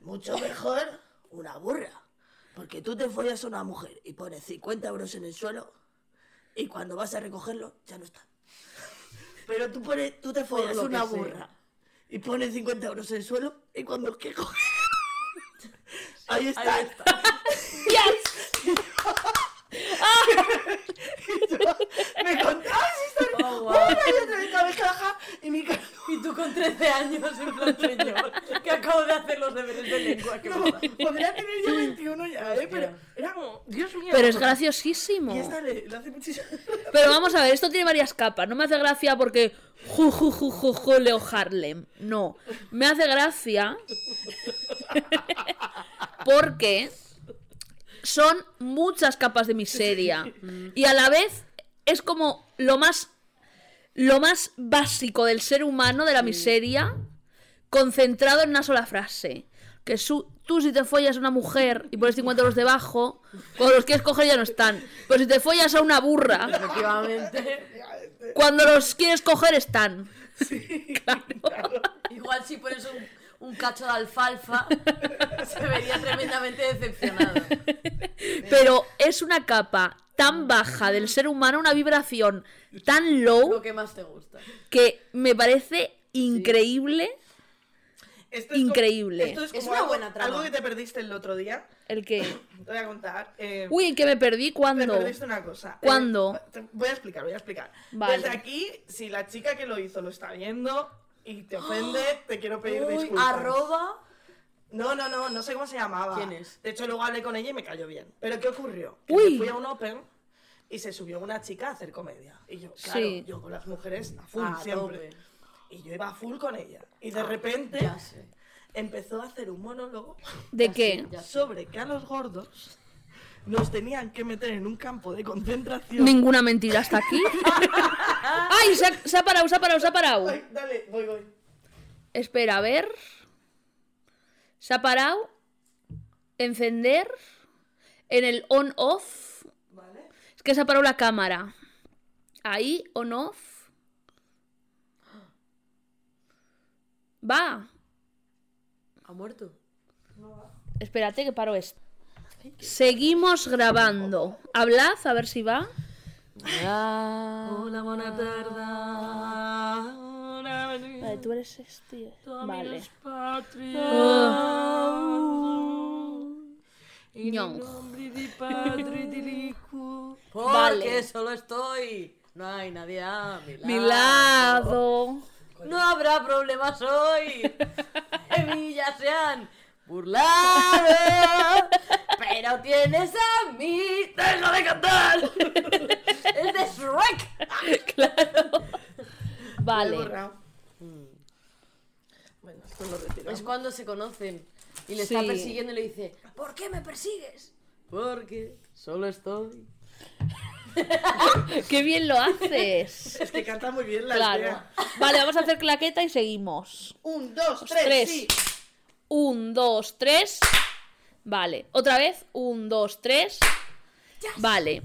Speaker 7: Mucho mejor una burra. Porque tú te follas a una mujer y pones 50 euros en el suelo y cuando vas a recogerlo ya no está. Pero tú, pones, tú te follas
Speaker 8: lo
Speaker 7: una
Speaker 8: que sea.
Speaker 7: burra y pones 50 euros en el suelo y cuando que coges... Ahí está.
Speaker 8: Ahí está.
Speaker 7: Me contabas historia.
Speaker 8: Oh, wow.
Speaker 7: Una y otra vez cabeza baja y mi cara...
Speaker 8: Y tú con 13 años en plan señor, que acabo de hacer los deberes de lengua, qué
Speaker 7: No,
Speaker 8: puta.
Speaker 7: podría tener yo 21 ya, ¿eh? Pero era como... Dios mío.
Speaker 6: Pero es
Speaker 7: Y
Speaker 6: graciosísimo.
Speaker 7: esta le, le hace muchísimo...
Speaker 6: Pero vamos a ver, esto tiene varias capas. No me hace gracia porque ju, ju, ju, ju, ju, Leo Harlem. No. Me hace gracia porque son muchas capas de miseria. Y a la vez es como lo más lo más básico del ser humano, de la miseria, concentrado en una sola frase. Que su- tú si te follas a una mujer y pones 50 euros debajo, cuando los quieres coger ya no están. Pero si te follas a una burra,
Speaker 8: Efectivamente.
Speaker 6: cuando los quieres coger están.
Speaker 8: Igual si pones un, un cacho de alfalfa, se vería tremendamente decepcionado.
Speaker 6: Pero es una capa tan baja del ser humano, una vibración tan
Speaker 8: Lo
Speaker 6: low,
Speaker 8: que más te gusta.
Speaker 6: que me parece increíble.
Speaker 7: Esto es como-
Speaker 6: Increíble.
Speaker 7: esto es,
Speaker 8: Es
Speaker 7: como
Speaker 8: una
Speaker 7: algo-
Speaker 8: buena trama.
Speaker 7: Algo que te perdiste el otro día.
Speaker 6: El que...
Speaker 7: Te voy a contar. eh,
Speaker 6: Uy, que me perdí
Speaker 7: Me
Speaker 6: cuando...
Speaker 7: perdiste una cosa. Eh,
Speaker 6: ¿Cuándo?
Speaker 7: te- voy a explicar, voy a explicar.
Speaker 6: Vale.
Speaker 7: Desde aquí, si la chica que lo hizo lo está viendo y te ofende, te quiero pedir
Speaker 8: Uy,
Speaker 7: disculpas.
Speaker 8: arroba.
Speaker 7: No, no, no, no sé cómo se llamaba.
Speaker 8: ¿Quién es?
Speaker 7: De hecho, luego hablé con ella y me cayó bien. Pero ¿qué ocurrió? Que
Speaker 6: Uy.
Speaker 7: me fui a un open y se subió una chica a hacer comedia. Y yo, claro,
Speaker 6: Sí.
Speaker 7: yo con las mujeres a full
Speaker 8: A
Speaker 7: siempre.
Speaker 8: tope. Ah,
Speaker 7: Y yo iba a full con ella. Y de repente
Speaker 8: Ya sé.
Speaker 7: empezó a hacer un monólogo
Speaker 6: ¿De qué?
Speaker 8: Ya sé.
Speaker 7: sobre que a los gordos nos tenían que meter en un campo de concentración.
Speaker 6: Ninguna mentira hasta aquí. ¡Ay! Se ha, se ha parado, se ha parado, se ha parado.
Speaker 7: Ay, dale, voy, voy.
Speaker 6: Espera, a ver. Se ha parado. Encender. En el on-off. Es que se ha parado la cámara. Ahí, on-off. Va.
Speaker 8: Ha muerto.
Speaker 6: Espérate que paro esto. Seguimos grabando. Hablad, a ver si va.
Speaker 7: Hola, buena tarde.
Speaker 6: Vale, tú eres este. Vale.
Speaker 8: Ah.
Speaker 6: Ñong.
Speaker 8: Porque
Speaker 6: Vale.
Speaker 8: solo estoy. No hay nadie a mi lado.
Speaker 6: Mi lado.
Speaker 8: No habrá problemas hoy. De mí ya se han burlado. Pero tienes a mí. ¡Deja de cantar! ¡Es de Shrek!
Speaker 6: claro.
Speaker 7: Lo he
Speaker 6: Vale.
Speaker 7: borrado. Bueno, esto lo retiro.
Speaker 8: Es cuando se conocen y le
Speaker 6: Sí.
Speaker 8: está persiguiendo y le dice, ¿por qué me persigues? Porque solo estoy.
Speaker 6: Qué bien lo haces.
Speaker 7: Es que canta muy bien la
Speaker 6: Claro.
Speaker 7: aldea.
Speaker 6: Vale, vamos a hacer claqueta y seguimos.
Speaker 7: Un, dos, tres,
Speaker 6: Tres.
Speaker 7: sí.
Speaker 6: Un, dos, tres. Vale. Otra vez. Un, dos, tres. Vale.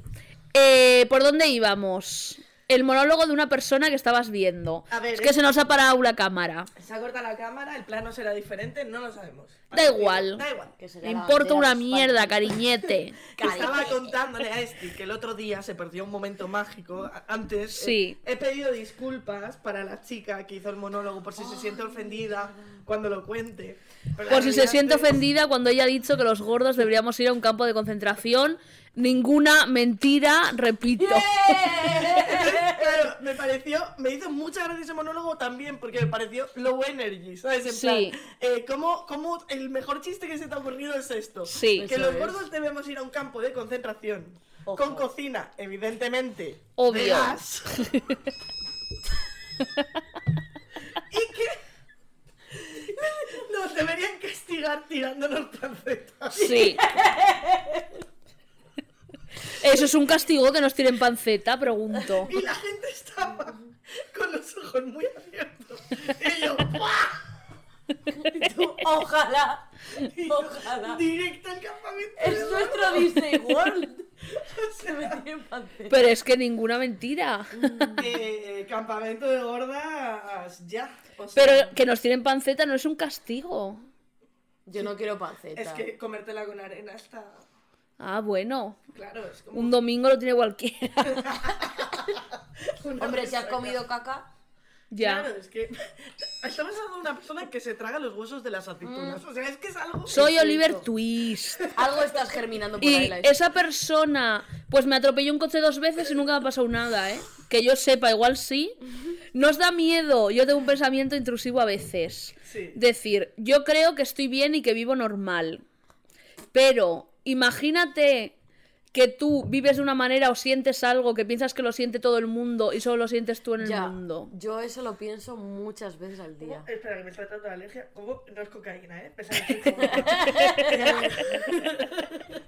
Speaker 6: Eh, ¿Por dónde íbamos? El monólogo de una persona que estabas viendo.
Speaker 7: A ver,
Speaker 6: es que
Speaker 7: es-
Speaker 6: se nos ha parado la cámara.
Speaker 7: Se acorta la cámara, el plano será diferente, no lo sabemos.
Speaker 6: Da igual.
Speaker 7: Da igual.
Speaker 8: Que sería
Speaker 6: Me
Speaker 8: la
Speaker 6: importa
Speaker 8: bandera
Speaker 6: una
Speaker 8: de España.
Speaker 6: mierda, cariñete.
Speaker 7: Que Estaba
Speaker 8: Cállate.
Speaker 7: contándole a Esti que el otro día se perdió un momento mágico. A- Antes
Speaker 6: Sí.
Speaker 7: eh, he, pedido disculpas para la chica que hizo el monólogo por si se siente ofendida cuando lo cuente. Pero la
Speaker 6: Por si se
Speaker 7: realidad
Speaker 6: siente
Speaker 7: es-
Speaker 6: ofendida cuando ella ha dicho que los gordos deberíamos ir a un campo de concentración. Ninguna mentira, repito.
Speaker 7: Claro, me pareció, me hizo mucha gracia ese monólogo también porque me pareció low energy, ¿sabes? En plan,
Speaker 6: Sí.
Speaker 7: eh, ¿cómo, cómo el mejor chiste que se te ha ocurrido es esto?
Speaker 6: Sí.
Speaker 7: Que
Speaker 8: Eso
Speaker 7: los
Speaker 8: es.
Speaker 7: gordos debemos ir a un campo de concentración con cocina, evidentemente.
Speaker 6: Obvio.
Speaker 7: de gas. y que nos deberían castigar tirándonos pancetas.
Speaker 6: Sí. Eso es un castigo que nos tiren panceta, pregunto.
Speaker 7: Y la gente estaba con los ojos muy abiertos. Y yo, ¡buah!
Speaker 8: Tú, Ojalá.
Speaker 7: Y yo,
Speaker 8: Ojalá.
Speaker 7: Directo al campamento.
Speaker 8: Es nuestro Disney World. Se me tiene pantera.
Speaker 6: Pero es que ninguna mentira.
Speaker 7: Eh, campamento de gordas, ya. O sea,
Speaker 6: Pero que nos tiren panceta no es un castigo.
Speaker 8: Yo no quiero panceta.
Speaker 7: Es que comértela con arena está.
Speaker 6: Ah, bueno.
Speaker 7: Claro, es como.
Speaker 6: Un domingo lo tiene cualquiera.
Speaker 7: una
Speaker 8: Hombre, si has
Speaker 7: resaca.
Speaker 8: comido caca,
Speaker 6: Ya.
Speaker 7: Claro, es que estamos hablando de una persona que se traga los huesos de las aceitunas. O sea, es que es algo.
Speaker 6: Mm. Soy Oliver Twist.
Speaker 8: algo estás germinando por ahí.
Speaker 6: Y
Speaker 8: la Isa.
Speaker 6: esa persona, pues me atropelló un coche dos veces y nunca me ha pasado nada, ¿eh? Que yo sepa, igual sí. Nos da miedo. Yo tengo un pensamiento intrusivo a veces.
Speaker 7: Sí.
Speaker 6: Decir, yo creo que estoy bien y que vivo normal. Pero imagínate que tú vives de una manera o sientes algo que piensas que lo siente todo el mundo y solo lo sientes tú en el
Speaker 8: Ya,
Speaker 6: mundo.
Speaker 8: yo eso lo pienso muchas veces al día.
Speaker 7: ¿Cómo? Espera, que me está tratando de alergia. ¿Cómo? No es cocaína, ¿eh? Pensaba que era cocaína.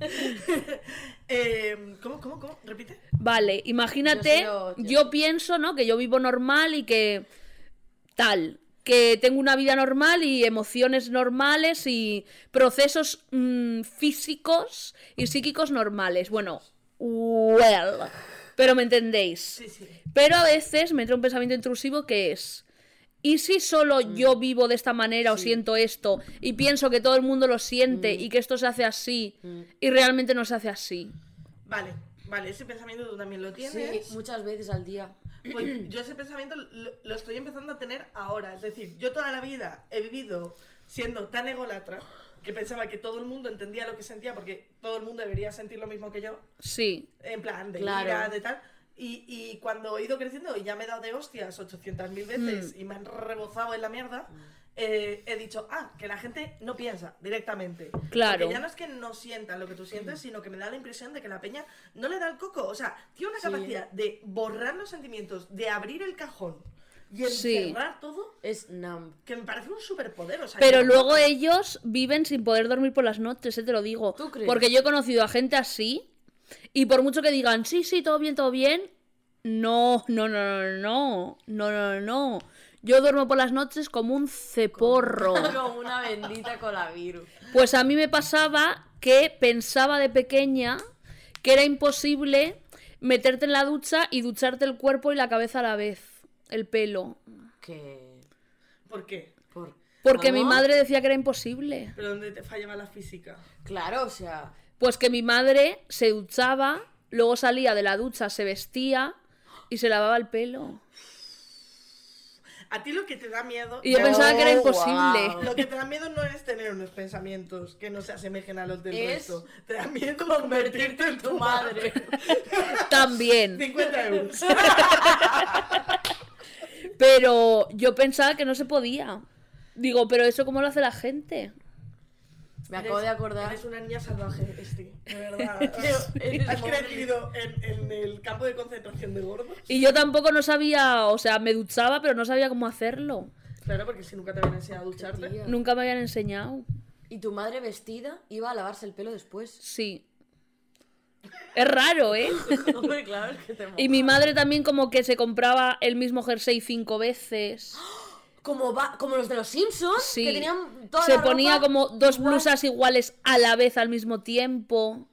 Speaker 7: Eh, ¿Cómo, cómo, cómo? ¿Repite?
Speaker 6: Vale, imagínate,
Speaker 8: Yo
Speaker 6: yo,
Speaker 8: sí lo-
Speaker 6: pienso, ¿no? Que yo vivo normal y que tal, que tengo una vida normal y emociones normales y procesos mm, físicos y psíquicos normales. Bueno, well, pero me entendéis.
Speaker 7: sí.
Speaker 6: Pero a veces me entra un pensamiento intrusivo que es, ¿y si solo
Speaker 8: Mm.
Speaker 6: yo vivo de esta manera o siento esto y pienso que todo el mundo lo
Speaker 8: Mm.
Speaker 6: siente y que esto se hace así y realmente no se hace así?
Speaker 7: Vale, vale, ese pensamiento tú también lo
Speaker 8: Sí,
Speaker 7: tienes.
Speaker 8: muchas veces al día.
Speaker 7: Pues yo ese pensamiento lo, lo estoy empezando a tener ahora. Es decir, yo toda la vida he vivido siendo tan ególatra que pensaba que todo el mundo entendía lo que sentía porque todo el mundo debería sentir lo mismo que yo.
Speaker 6: Sí.
Speaker 7: En plan, de
Speaker 8: Claro.
Speaker 7: ira, de tal. Y, y cuando he ido creciendo y ya me he dado de hostias 800.000
Speaker 6: Mm.
Speaker 7: veces y me han rebozado en la mierda, eh, he dicho, ah, que la gente no piensa directamente.
Speaker 6: Claro. Mm.
Speaker 7: Porque ya no es que no sientan lo que tú sientes, sino que me da la impresión de que la peña no le da el coco. O sea, tiene una capacidad de borrar los sentimientos, de abrir el cajón y
Speaker 6: Sí.
Speaker 7: encerrar todo,
Speaker 8: Es numb.
Speaker 7: que me parece un superpoder. O sea,
Speaker 6: Pero
Speaker 7: que-
Speaker 6: luego ellos viven sin poder dormir por las noches, eh, te lo digo.
Speaker 8: ¿Tú crees?
Speaker 6: Porque yo he conocido a gente así y por mucho que digan, sí, sí, todo bien, todo bien, no, no, no, no, no, no, no, no. Yo duermo por las noches como un ceporro.
Speaker 8: Como una bendita colavirus.
Speaker 6: Pues a mí me pasaba que pensaba de pequeña que era imposible meterte en la ducha y ducharte el cuerpo y la cabeza a la vez, el pelo.
Speaker 8: Que.
Speaker 7: ¿Por qué?
Speaker 8: Por...
Speaker 6: Porque mi
Speaker 8: ¿Cómo?
Speaker 6: madre decía que era imposible.
Speaker 7: ¿Pero dónde te fallaba la física?
Speaker 8: Claro, o sea.
Speaker 6: Pues que mi madre se duchaba, luego salía de la ducha, se vestía y se lavaba el pelo.
Speaker 7: A ti lo que te da miedo...
Speaker 6: Y yo
Speaker 8: No,
Speaker 6: pensaba que era
Speaker 8: guau.
Speaker 6: imposible.
Speaker 7: Lo que te da miedo no es tener unos pensamientos que no se asemejen a los del
Speaker 8: Es
Speaker 7: resto. Te da miedo convertirte en tu madre.
Speaker 6: También.
Speaker 7: 50 euros.
Speaker 6: Pero yo pensaba que no se podía. Digo, pero eso cómo lo hace la gente.
Speaker 8: Me acabo de acordar.
Speaker 7: Eres Ah, una niña salvaje, Esti. De verdad.
Speaker 8: eres
Speaker 7: Has
Speaker 8: muy-
Speaker 7: crecido en, en el campo de concentración de gordos.
Speaker 6: Y yo tampoco no sabía, o sea, me duchaba, pero no sabía cómo hacerlo.
Speaker 7: Claro, porque si nunca te habían enseñado a ducharte.
Speaker 8: Tía.
Speaker 6: Nunca me habían enseñado.
Speaker 8: Y tu madre vestida iba a lavarse el pelo después.
Speaker 6: Sí. Es raro, ¿eh?
Speaker 8: Hombre, claro, es que te
Speaker 6: Y mi madre también como que se compraba el mismo jersey cinco veces.
Speaker 8: Como, va, como los de los Simpsons,
Speaker 6: Sí.
Speaker 8: que tenían toda
Speaker 6: se
Speaker 8: la
Speaker 6: ponía
Speaker 8: ropa
Speaker 6: como dos
Speaker 8: igual.
Speaker 6: blusas iguales a la vez al mismo tiempo.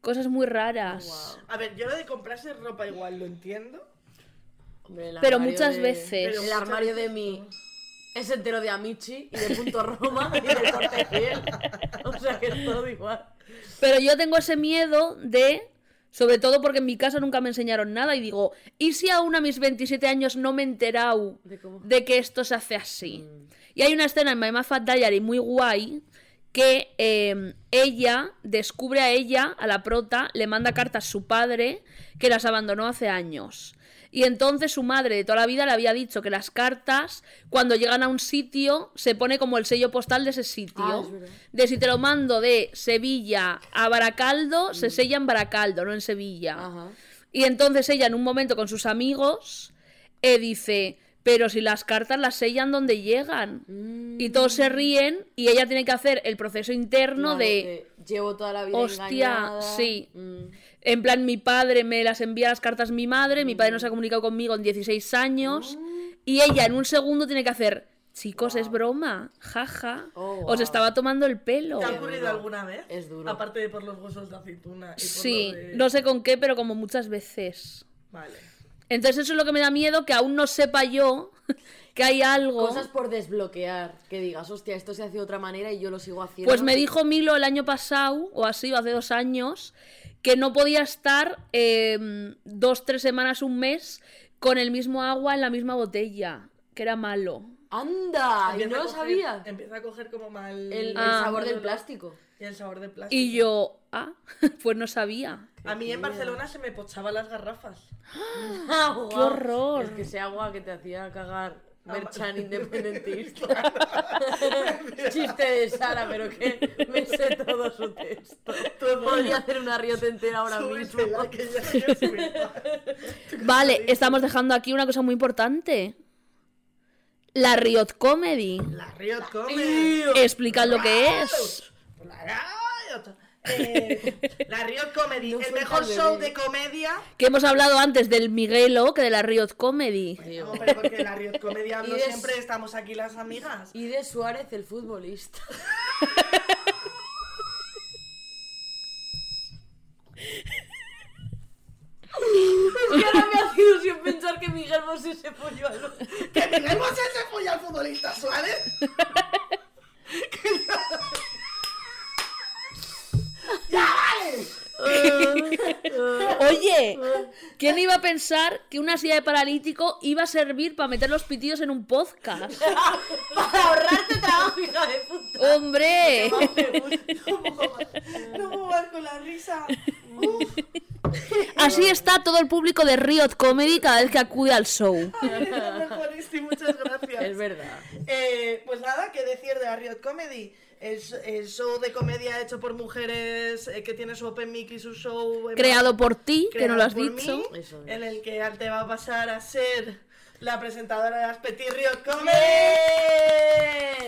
Speaker 6: Cosas muy raras.
Speaker 8: Guau.
Speaker 7: A ver, yo lo de comprarse ropa igual lo entiendo.
Speaker 8: Hombre, el
Speaker 6: Pero
Speaker 8: armario
Speaker 6: muchas
Speaker 8: de-
Speaker 6: veces.
Speaker 7: Pero
Speaker 8: El armario de mi es entero de Amici y de Punto Roma y de Corte Fiel. O sea que es todo igual.
Speaker 6: Pero yo tengo ese miedo de, sobre todo porque en mi casa nunca me enseñaron nada y digo, ¿y si aún a mis 27 años no me he enterado
Speaker 8: De cómo-
Speaker 6: de que esto se hace así?
Speaker 8: Mm.
Speaker 6: Y hay una escena en My Mad Fat Diary muy guay que eh, ella descubre a ella, a la prota, le manda cartas su padre que las abandonó hace años. Y entonces su madre de toda la vida le había dicho que las cartas, cuando llegan a un sitio, se pone como el sello postal de ese sitio.
Speaker 8: Ah, es verdad.
Speaker 6: De si te lo mando de Sevilla a Baracaldo,
Speaker 8: Mm.
Speaker 6: se sella en Baracaldo, no en Sevilla.
Speaker 8: Ajá.
Speaker 6: Y entonces ella en un momento con sus amigos eh, dice, pero si las cartas las sellan donde llegan. Y todos se ríen y ella tiene que hacer el proceso interno
Speaker 8: Mm. Claro,
Speaker 6: de...
Speaker 8: de Llevo toda la vida
Speaker 6: Hostia,
Speaker 8: engañada.
Speaker 6: sí.
Speaker 8: Mm.
Speaker 6: En plan, mi padre me las envía las cartas mi madre, mi padre no se ha
Speaker 8: Mm.
Speaker 6: comunicado conmigo en 16 años. Y ella en un segundo tiene que hacer, chicos, es broma, jaja,
Speaker 8: Oh,
Speaker 6: os
Speaker 8: wow.
Speaker 6: estaba tomando el pelo.
Speaker 7: ¿Te ha ocurrido alguna vez?
Speaker 8: Es duro.
Speaker 7: Aparte de por los huesos de aceituna. Y por
Speaker 6: Sí,
Speaker 7: lo de-
Speaker 6: no sé con qué, pero como muchas veces.
Speaker 7: Vale.
Speaker 6: Entonces eso es lo que me da miedo, que aún no sepa yo que hay algo.
Speaker 8: Cosas por desbloquear. Que digas, hostia, esto se hace de otra manera y yo lo sigo haciendo.
Speaker 6: Pues me dijo Milo el año pasado, o así, o hace dos años, que no podía estar eh, dos, tres semanas, un mes, con el mismo agua en la misma botella, que era malo.
Speaker 8: ¡Anda! Y
Speaker 7: Empieza
Speaker 8: no
Speaker 7: a
Speaker 8: lo
Speaker 7: coger-
Speaker 8: sabía.
Speaker 7: Empieza a coger como mal.
Speaker 8: El, el
Speaker 6: Ah.
Speaker 8: sabor del plástico.
Speaker 7: Y el sabor de plástico.
Speaker 6: Y yo, ah, pues no sabía.
Speaker 7: A mí en Barcelona se me pochaba las garrafas.
Speaker 8: Agua.
Speaker 6: ¡Qué horror!
Speaker 8: Es que ese agua que te hacía cagar Merchan independentista. Chiste de Sara, pero que me sé todo su texto. Podría hacer una riota entera ahora mismo.
Speaker 7: Súbetela, que ya ya fui.
Speaker 6: Vale, estamos dejando aquí una cosa muy importante. La Riot Comedy.
Speaker 7: La Riot Comedy.
Speaker 6: Explicad lo que es.
Speaker 7: La Riot. Eh, la Riot Comedy, el
Speaker 8: suelta
Speaker 7: mejor
Speaker 8: el
Speaker 7: show
Speaker 8: bebé.
Speaker 7: de comedia.
Speaker 6: Que hemos hablado antes del Miguelo que de la Riot Comedy.
Speaker 7: No, pero porque la Riot Comedy hablo
Speaker 8: Y de-
Speaker 7: siempre, estamos aquí las amigas.
Speaker 8: Y de Suárez, el futbolista. es que ahora me ha sido sin pensar que Miguel Bosé se folló a lo-
Speaker 7: ¡Que Miguel Bosé se fue al futbolista Suárez!
Speaker 6: Oye, ¿quién iba a pensar que una silla de paralítico iba a servir para meter los pitidos en un podcast?
Speaker 8: Para ahorrarte trabajo, hija de puta.
Speaker 6: ¡Hombre!
Speaker 7: No puedo más con la risa.
Speaker 6: Así está todo el público de Riot Comedy cada vez que acude al show.
Speaker 7: Eres lo mejor, Isti, muchas gracias.
Speaker 8: Es verdad.
Speaker 7: Eh, pues nada, ¿qué decir de la Riot Comedy? El, s- el show de comedia hecho por mujeres eh, que tiene su open mic y su show... en-
Speaker 6: Creado por ti, que
Speaker 7: creado
Speaker 6: no lo has
Speaker 7: por
Speaker 6: dicho.
Speaker 7: mí,
Speaker 8: Eso es.
Speaker 7: En el que te va a pasar a ser la presentadora de las Petit Riot
Speaker 8: Eh,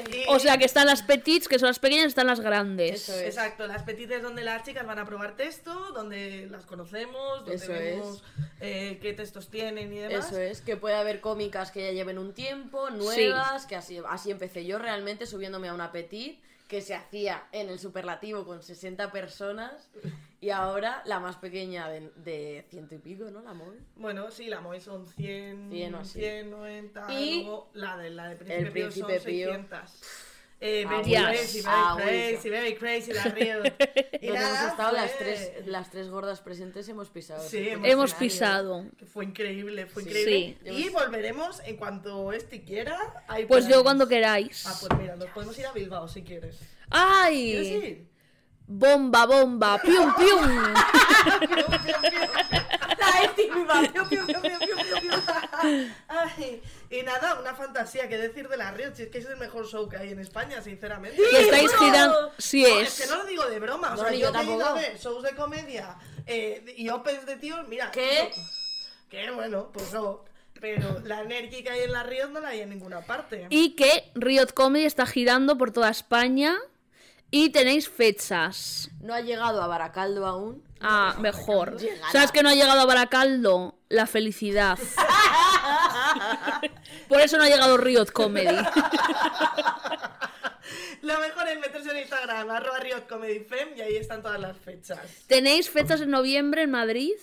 Speaker 7: Comedy. Y-
Speaker 6: O sea que están las petites, que son las pequeñas, y están las grandes.
Speaker 8: Eso es.
Speaker 7: Exacto, las petites donde las chicas van a probar texto, donde las conocemos, donde
Speaker 8: Eso
Speaker 7: vemos eh, qué textos tienen y demás.
Speaker 8: Eso es, que puede haber cómicas que ya lleven un tiempo, nuevas, que así, así empecé yo realmente subiéndome a una petit que se hacía en el superlativo con 60 personas y ahora la más pequeña de, de ciento y pico, ¿no? La móvil.
Speaker 7: Bueno, sí, la MOE son 100,
Speaker 8: 100 o así.
Speaker 7: 190,
Speaker 8: Y
Speaker 7: luego la de, la de Príncipe,
Speaker 8: el
Speaker 7: Pío
Speaker 8: Príncipe
Speaker 7: son
Speaker 8: Pío.
Speaker 7: 600. Eh,
Speaker 8: Ah,
Speaker 7: very
Speaker 6: Dios.
Speaker 7: crazy, very
Speaker 8: Ah,
Speaker 7: crazy,
Speaker 8: bonito.
Speaker 7: very crazy, la río. Y
Speaker 8: Donde
Speaker 7: nada,
Speaker 8: hemos estado las
Speaker 7: fue-
Speaker 8: tres, las tres gordas presentes, hemos pisado.
Speaker 7: Sí,
Speaker 8: hemos
Speaker 7: hemos
Speaker 6: Hemos pisado.
Speaker 7: que Fue increíble, fue
Speaker 8: Sí.
Speaker 7: increíble.
Speaker 8: Sí.
Speaker 7: Y volveremos en cuanto este quiera. ahí Ah, pues
Speaker 6: Pues yo
Speaker 7: planes.
Speaker 6: cuando queráis.
Speaker 7: Ah, pues mira, nos podemos ir a Bilbao si quieres. ¿Quieres
Speaker 6: ¡Ay!
Speaker 7: ir?
Speaker 6: Bomba, bomba, pium, pium.
Speaker 7: Ah, La íntima, piu, piu, piu, piu, piu, piu, piu. Ay, y nada, una fantasía que decir de la Riot, si es que es el mejor show que hay en España, sinceramente.
Speaker 6: Lo estáis girando. Sí
Speaker 7: No,
Speaker 6: es.
Speaker 7: que no lo digo de broma, o
Speaker 8: No,
Speaker 7: sea,
Speaker 8: ni
Speaker 7: yo,
Speaker 8: yo
Speaker 7: que he ido a
Speaker 8: tampoco.
Speaker 7: ver shows de comedia eh, y opens de tíos, mira.
Speaker 8: ¿Qué?
Speaker 7: Que bueno, pues no. Pero la energía que hay en la Riot no la hay en ninguna parte.
Speaker 6: Y que Riot Comedy está girando por toda España y tenéis fechas.
Speaker 8: No ha llegado a Baracaldo aún.
Speaker 6: Ah, mejor. ¿Sabes que no ha llegado a Baracaldo? La felicidad. Por eso no ha llegado Riot Comedy.
Speaker 7: Lo mejor es meterse en Instagram, arroba Riot Comedy Fem, y ahí están todas las fechas.
Speaker 6: ¿Tenéis fechas en noviembre en Madrid?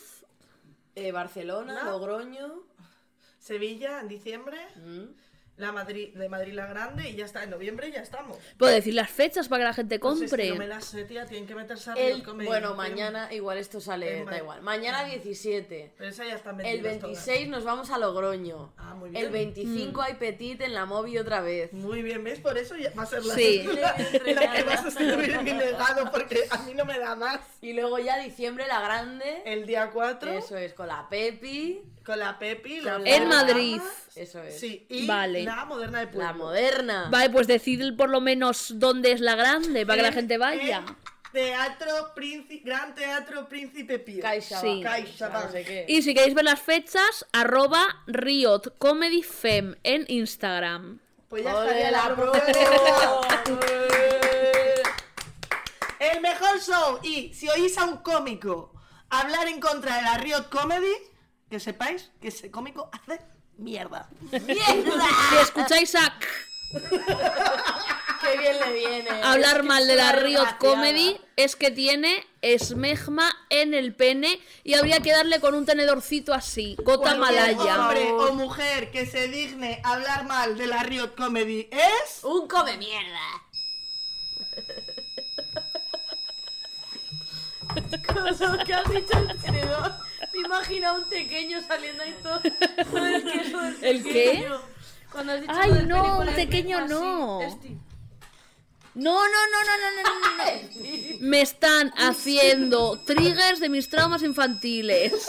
Speaker 8: Eh, Barcelona,
Speaker 7: No.
Speaker 8: Logroño.
Speaker 7: Sevilla en diciembre, la Madrid, de Madrid la Grande, y ya está, en noviembre ya estamos.
Speaker 6: Puedo decir las fechas para que la gente
Speaker 7: Pues es que
Speaker 6: compre.
Speaker 7: no me las sé, tía, tienen que meterse a Riot
Speaker 8: El,
Speaker 7: Comedy
Speaker 8: bueno,
Speaker 7: Fem.
Speaker 8: mañana, igual esto sale,
Speaker 7: en
Speaker 8: da
Speaker 7: Madrid.
Speaker 8: igual. Mañana 17.
Speaker 7: Pero esa ya está
Speaker 8: El 26 nos vamos a Logroño.
Speaker 7: Ah, muy bien. Mm.
Speaker 8: El
Speaker 6: Mm.
Speaker 8: 25 hay Petit en la Movi otra vez.
Speaker 7: Muy bien, ¿ves? Por eso ya va a ser la
Speaker 6: Sí.
Speaker 7: la que vas a escribir mi legado, porque a mí no me da más.
Speaker 8: Y luego ya diciembre la grande.
Speaker 7: El día 4,
Speaker 8: Eso es, con la Pepi.
Speaker 7: con la Pepi, la
Speaker 8: con la-
Speaker 6: En Madrid.
Speaker 8: Eso es.
Speaker 7: Sí, y
Speaker 6: Vale.
Speaker 7: la moderna de Pueblo.
Speaker 8: La moderna.
Speaker 6: Vale, pues decid por lo menos dónde es la grande para que la
Speaker 7: En
Speaker 6: gente vaya.
Speaker 7: el Teatro Príncipe, Gran Teatro Príncipe Pío.
Speaker 8: Caixa.
Speaker 6: Sí.
Speaker 7: CaixaBank.
Speaker 8: No sé qué.
Speaker 6: Y si queréis ver las fechas, arroba Riot Comedy Fem en Instagram.
Speaker 7: Pues ya
Speaker 8: ¡Ole,
Speaker 7: estaría
Speaker 8: la
Speaker 7: la promoción. El mejor show. Y si oís a un cómico hablar en contra de la Riot Comedy, que sepáis que ese cómico hace mierda.
Speaker 6: Si escucháis a K
Speaker 8: ¡Qué bien le viene!
Speaker 6: hablar mal de la Riot
Speaker 8: Ríos
Speaker 6: Comedy, es que tiene esmegma en el pene y habría que darle con un tenedorcito así, gota
Speaker 7: Cualquier
Speaker 6: malaya.
Speaker 7: hombre o mujer que se digne hablar mal de la Riot Comedy es...
Speaker 8: ¡Un come mierda! Con lo que has dicho el tenedor, me imagino a un pequeño saliendo ahí todo, todo el queso del
Speaker 6: ¿El qué?
Speaker 8: pequeño. Cuando has dicho
Speaker 6: Ay,
Speaker 8: lo del
Speaker 6: no,
Speaker 8: pene con
Speaker 6: un
Speaker 8: el
Speaker 6: pequeño
Speaker 8: así,
Speaker 6: no.
Speaker 8: esti.
Speaker 6: No, no, no, no, no, no, no, no. Me están haciendo triggers de mis traumas infantiles.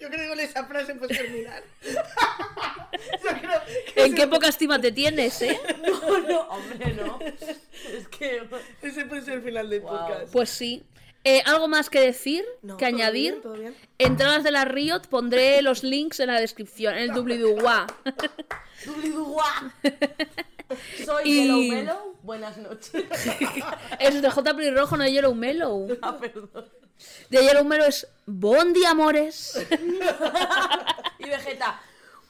Speaker 7: Yo creo que con esa frase puedes terminar. Yo creo que
Speaker 6: ¿En qué poca estima te tienes, eh?
Speaker 8: No, no, hombre, no. Es que.
Speaker 7: ese puede ser el final del podcast.
Speaker 6: Pues sí. Eh, ¿Algo más que decir?
Speaker 7: No,
Speaker 6: ¿Que
Speaker 7: todo
Speaker 6: añadir?
Speaker 7: bien, todo bien.
Speaker 6: Entradas de la Riot, pondré los links en la descripción, en el dubliduguá.
Speaker 8: Dubliduguá. Soy
Speaker 6: Y-
Speaker 8: Yellow Mellow. Buenas noches.
Speaker 6: Es de J. Rojo, no de Yellow Mellow.
Speaker 8: Ah, perdón.
Speaker 6: De Yellow Mellow es Bondi Amores.
Speaker 8: Y Vegeta.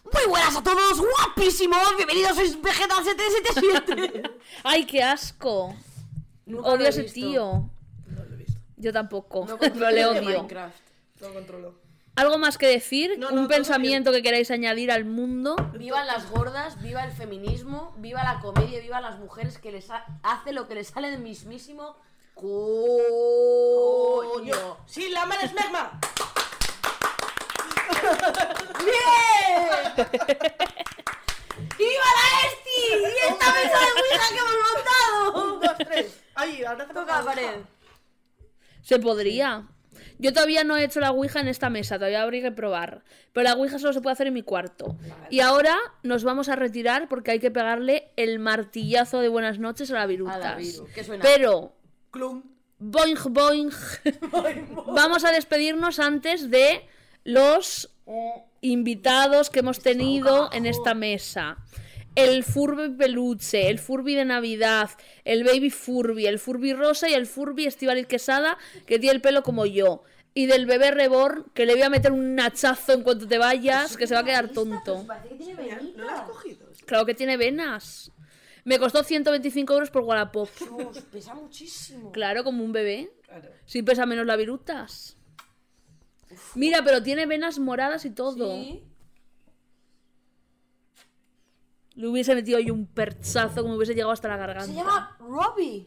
Speaker 5: Muy buenas a todos, guapísimos. Bienvenidos, sois Vegetal 777.
Speaker 6: Ay, qué asco.
Speaker 8: Nunca lo
Speaker 6: Odio
Speaker 8: he
Speaker 6: a ese
Speaker 8: visto.
Speaker 6: tío. Yo tampoco,
Speaker 8: No
Speaker 6: pero
Speaker 8: controlo
Speaker 6: le
Speaker 8: de
Speaker 6: odio.
Speaker 8: Minecraft.
Speaker 7: Lo controlo.
Speaker 6: ¿Algo más que decir?
Speaker 7: No, no,
Speaker 6: ¿Un
Speaker 7: todo
Speaker 6: pensamiento que queráis añadir al mundo?
Speaker 8: Vivan las gordas, viva el feminismo, viva la comedia, viva las mujeres que les ha- hace lo que les sale del mismísimo coño.
Speaker 7: ¡Sí, la mala es Megma!
Speaker 8: ¡Viva la Esti! ¡Y esta mesa de Ouija que hemos montado!
Speaker 7: ¡Un, dos, tres! ¡Ay, ahora
Speaker 8: Toca la pared.
Speaker 6: Se podría. Yo todavía no he hecho la Ouija en esta mesa, todavía habría que probar. Pero la Ouija solo se puede hacer en mi cuarto. Y ahora nos vamos a retirar porque hay que pegarle el martillazo de buenas noches a la virutas.
Speaker 8: A la viru, que suena.
Speaker 6: Pero,
Speaker 7: ¡Clum!
Speaker 6: boing, boing, vamos a despedirnos antes de los invitados que hemos tenido en esta mesa. El Furby peluche, el Furby de Navidad, el Baby Furby, el Furby rosa y el Furby Estivalis Quesada, que tiene el pelo como yo. Y del bebé reborn, que le voy a meter un hachazo en cuanto te vayas, que se va a quedar tonto.
Speaker 7: ¿No la has cogido?
Speaker 6: Claro que tiene venas. Me costó 125 euros por Wallapop.
Speaker 8: Dios, pesa muchísimo.
Speaker 6: Claro, como un bebé.
Speaker 7: Claro.
Speaker 6: Sí pesa menos la virutas. Mira, pero tiene venas moradas y todo.
Speaker 8: Sí.
Speaker 6: Le hubiese metido yo un perchazo como hubiese llegado hasta la garganta.
Speaker 8: Se llama Robbie.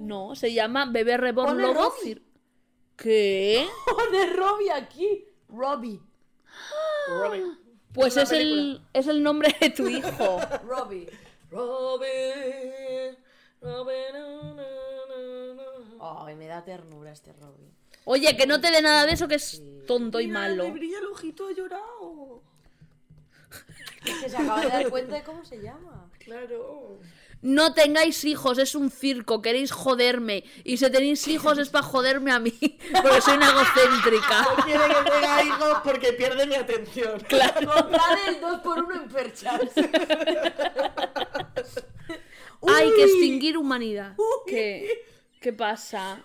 Speaker 6: No, se llama Bebé Reborn
Speaker 8: Pone
Speaker 6: Lobo.
Speaker 8: Robbie.
Speaker 6: Cir- ¿Qué?
Speaker 8: Pone Robbie aquí. Robbie.
Speaker 6: Pues
Speaker 7: una
Speaker 6: es el, es el nombre de tu hijo.
Speaker 8: Robbie.
Speaker 7: Robin, Robin, na, na, na, na.
Speaker 8: Ay, me da ternura este Robbie.
Speaker 6: Oye, que no te dé nada de eso que es tonto y
Speaker 7: Mira, Le
Speaker 6: malo.
Speaker 7: brilla el ojito, ha llorado.
Speaker 8: Es que se acaba de dar cuenta de cómo se llama.
Speaker 7: Claro.
Speaker 6: No tengáis hijos, es un circo, queréis joderme. Y si tenéis hijos es para joderme a mí, porque soy una egocéntrica.
Speaker 7: Quiere que tenga hijos porque pierde mi atención. Claro.
Speaker 8: Comprar el 2x1 en perchas.
Speaker 6: Hay que extinguir humanidad. ¿Qué, ¿Qué pasa?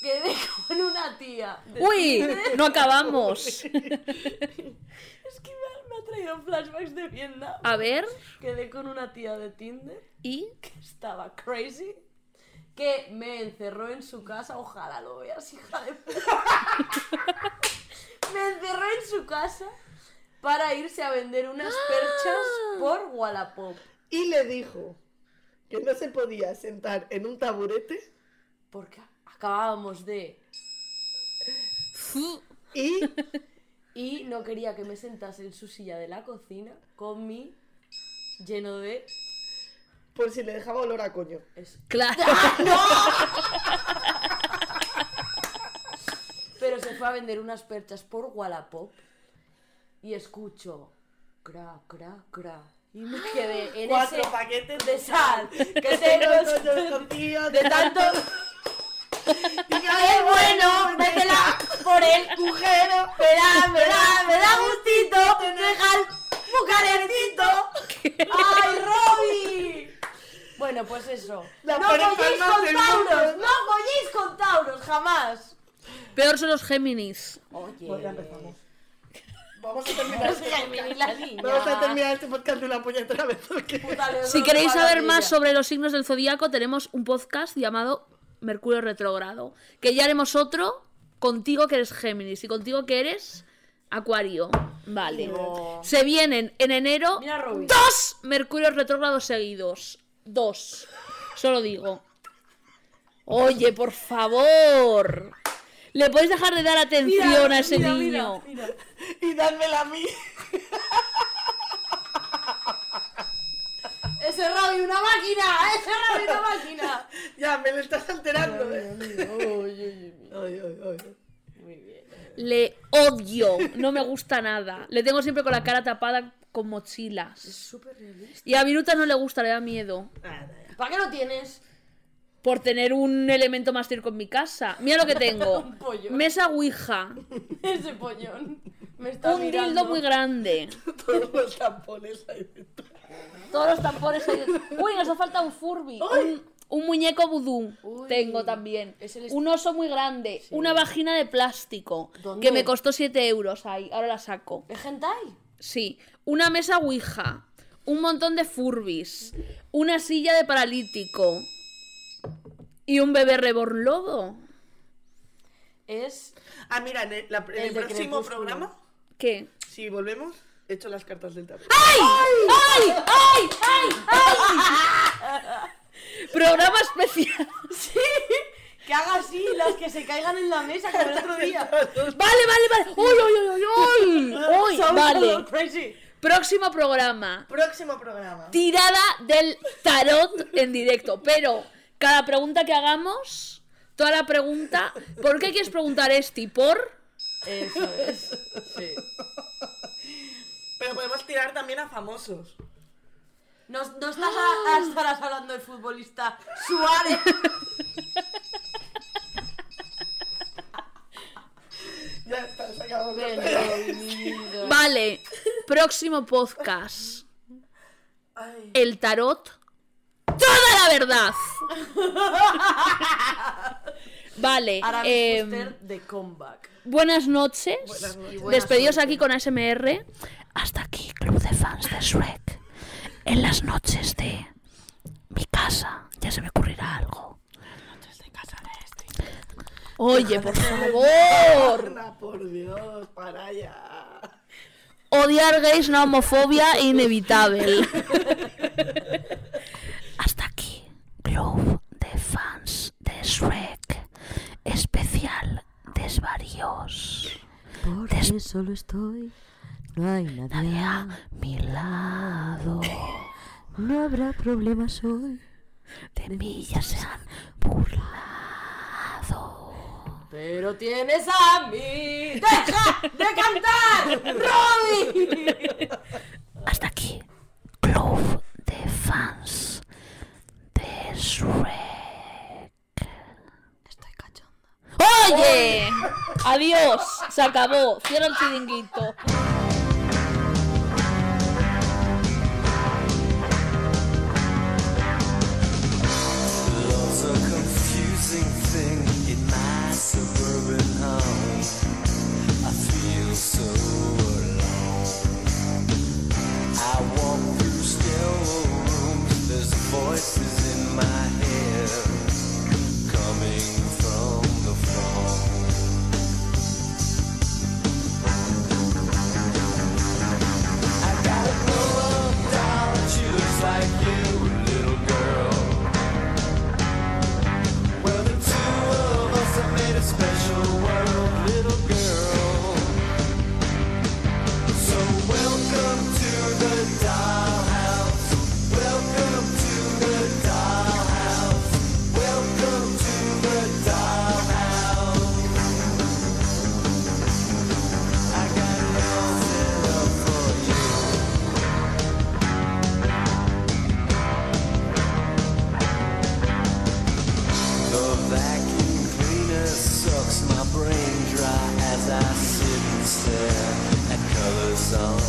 Speaker 8: Quedé con una tía.
Speaker 6: ¡Uy! No acabamos.
Speaker 8: Es que me ha, me ha traído flashbacks de Vietnam.
Speaker 6: A ver,
Speaker 8: Quedé con una tía de Tinder
Speaker 6: y
Speaker 8: que estaba crazy. Que me encerró en su casa. Ojalá lo veas, hija de puta. me encerró en su casa para irse a vender unas perchas
Speaker 7: ¡Ah!
Speaker 8: por Wallapop.
Speaker 7: Y le dijo que no se podía sentar en un taburete
Speaker 8: Porque acabábamos de.
Speaker 7: y
Speaker 8: Y no quería que me sentase en su silla de la cocina con mi lleno de.
Speaker 7: por si le dejaba olor a coño.
Speaker 8: es-
Speaker 6: claro.
Speaker 8: Pero se fue a vender unas perchas por Wallapop y escucho cra, cra, cra. Y me quedé en
Speaker 7: Cuatro
Speaker 8: ese
Speaker 7: paquetes
Speaker 8: de sal que
Speaker 7: Pero
Speaker 8: tengo
Speaker 7: no, yo escondido,
Speaker 8: de tanto. ¡Qué bueno! ¡Métela por el agujero! ¡Me da, me da, me da gustito! ¡Deja el bucarecito! ¡Ay, Robbie! Bueno, pues eso.
Speaker 7: La
Speaker 8: ¡No
Speaker 7: pareja
Speaker 8: folléis
Speaker 7: más
Speaker 8: con
Speaker 7: del
Speaker 8: Tauros!
Speaker 7: mundo.
Speaker 8: ¡No folléis con Tauros! ¡Jamás!
Speaker 6: Peor son los Géminis.
Speaker 8: Oye.
Speaker 7: Pues ya empezamos. Vamos a terminar.
Speaker 8: Los Géminis, la niña.
Speaker 7: Vamos a terminar este podcast de una puñetera vez porque
Speaker 8: Puta, le
Speaker 6: Si
Speaker 8: doy
Speaker 6: queréis
Speaker 8: para
Speaker 6: saber
Speaker 8: la
Speaker 6: más
Speaker 8: tía.
Speaker 6: sobre los signos del zodiaco, tenemos un podcast llamado Mercurio Retrógrado. Que ya haremos otro contigo que eres Géminis y contigo que eres Acuario. Vale.
Speaker 8: No.
Speaker 6: Se vienen en enero
Speaker 8: Mira, Robbie.
Speaker 6: dos Mercurios Retrógrados seguidos. Dos. Solo digo. Oye, por favor. ¿Le podéis dejar de dar atención a ese
Speaker 8: mira,
Speaker 6: niño?
Speaker 8: mira, mira.
Speaker 7: y dármela a mí.
Speaker 8: ¡Ese Robbie, una máquina! ¡Ese Robbie, una máquina!
Speaker 7: Ya me lo estás alterando. eh. Ay, ay, ay.
Speaker 6: Le odio. No me gusta nada. Le tengo siempre con la cara tapada con mochilas.
Speaker 8: Súper realista.
Speaker 6: Y a Viruta no le gusta, le da miedo.
Speaker 8: ¿Para qué lo tienes?
Speaker 6: Por tener un elemento más circo en mi casa. Mira lo que tengo.
Speaker 8: Un pollo.
Speaker 6: Mesa Ouija.
Speaker 8: Ese pollón. Me está
Speaker 6: Un
Speaker 8: mirando.
Speaker 6: dildo muy grande.
Speaker 7: Todos los tampones ahí dentro.
Speaker 6: Todos los tambores ahí. Uy, nos ha faltado un Furby. Un, un muñeco vudú.
Speaker 8: Uy.
Speaker 6: Tengo también.
Speaker 8: Es el est-
Speaker 6: Un oso muy grande. Una vagina de plástico.
Speaker 8: ¿Dónde?
Speaker 6: Que me costó 7 euros ahí. Ahora la saco.
Speaker 8: ¿Es hentai?
Speaker 6: Sí. Una mesa Ouija. Un montón de Furbis. Una silla de paralítico. Y un bebé rebor lobo.
Speaker 8: Es.
Speaker 7: Ah, mira, en el, la- en el
Speaker 8: de
Speaker 7: próximo
Speaker 8: Crepúsculo.
Speaker 7: programa,
Speaker 6: ¿Qué?
Speaker 7: si volvemos, he hecho las cartas del tarot.
Speaker 6: ¡Ay! ¡Ay! ¡Ay! ¡Ay! ¡Ay! Programa especial.
Speaker 8: Que haga así las que se caigan en la mesa como el otro día.
Speaker 6: Vale, vale, vale. ¡Uy, uy, uy, uy! uy! ¡Uy!
Speaker 7: Somos
Speaker 6: Vale.
Speaker 7: todos crazy.
Speaker 6: Próximo programa.
Speaker 7: Próximo programa.
Speaker 6: Tirada del tarot en directo. Pero cada pregunta que hagamos, toda la pregunta. ¿Por qué quieres preguntar este? ¿Y ¿Por?
Speaker 8: Eso es. Sí.
Speaker 7: Pero podemos tirar también a famosos.
Speaker 8: No, no estás a- a- estarás hablando del futbolista Suárez.
Speaker 7: Ya está, se acabó.
Speaker 8: Del Robinho.
Speaker 6: Vale. Próximo podcast. El tarot. Toda la verdad. Vale.
Speaker 8: Ahora
Speaker 6: em,
Speaker 8: mismo Fuster de comeback.
Speaker 6: buenas noches.
Speaker 8: Y buena
Speaker 6: Despedidos
Speaker 8: suerte.
Speaker 6: aquí con ASMR.
Speaker 5: Hasta aquí Club de Fans de Shrek. En las noches de mi casa ya se me ocurrirá algo.
Speaker 6: Oye, por favor.
Speaker 7: Torna, ah, por Dios, para allá.
Speaker 6: Odiar gays, una homofobia inevitable.
Speaker 5: Hasta aquí Club de Fans de Shrek. Especial desvaríos.
Speaker 8: Porque solo estoy
Speaker 9: No hay nadie a
Speaker 5: mi lado.
Speaker 9: No habrá problemas hoy.
Speaker 5: De mí ya se han burlado.
Speaker 8: Pero tienes a mí. ¡Deja de cantar! ¡Robbie!
Speaker 5: Hasta aquí. Club de fans de Shrek.
Speaker 9: Estoy cachonda.
Speaker 6: ¡Oye! Adiós. Se acabó. Cierra el chiringuito.
Speaker 10: Love's a confusing thing in my suburban home. I feel so alone. I walk through sterile rooms. There's voices in my head coming from the phone. I gotta pull up, darling. She looks like you, little girl. Well, the two of us have made a special world, little girl. So welcome to the dollhouse. Welcome to the dollhouse. Welcome to the dollhouse. I got it all set up for you. The vacuum cleaner sucks my brain dry as I sit and stare at colors on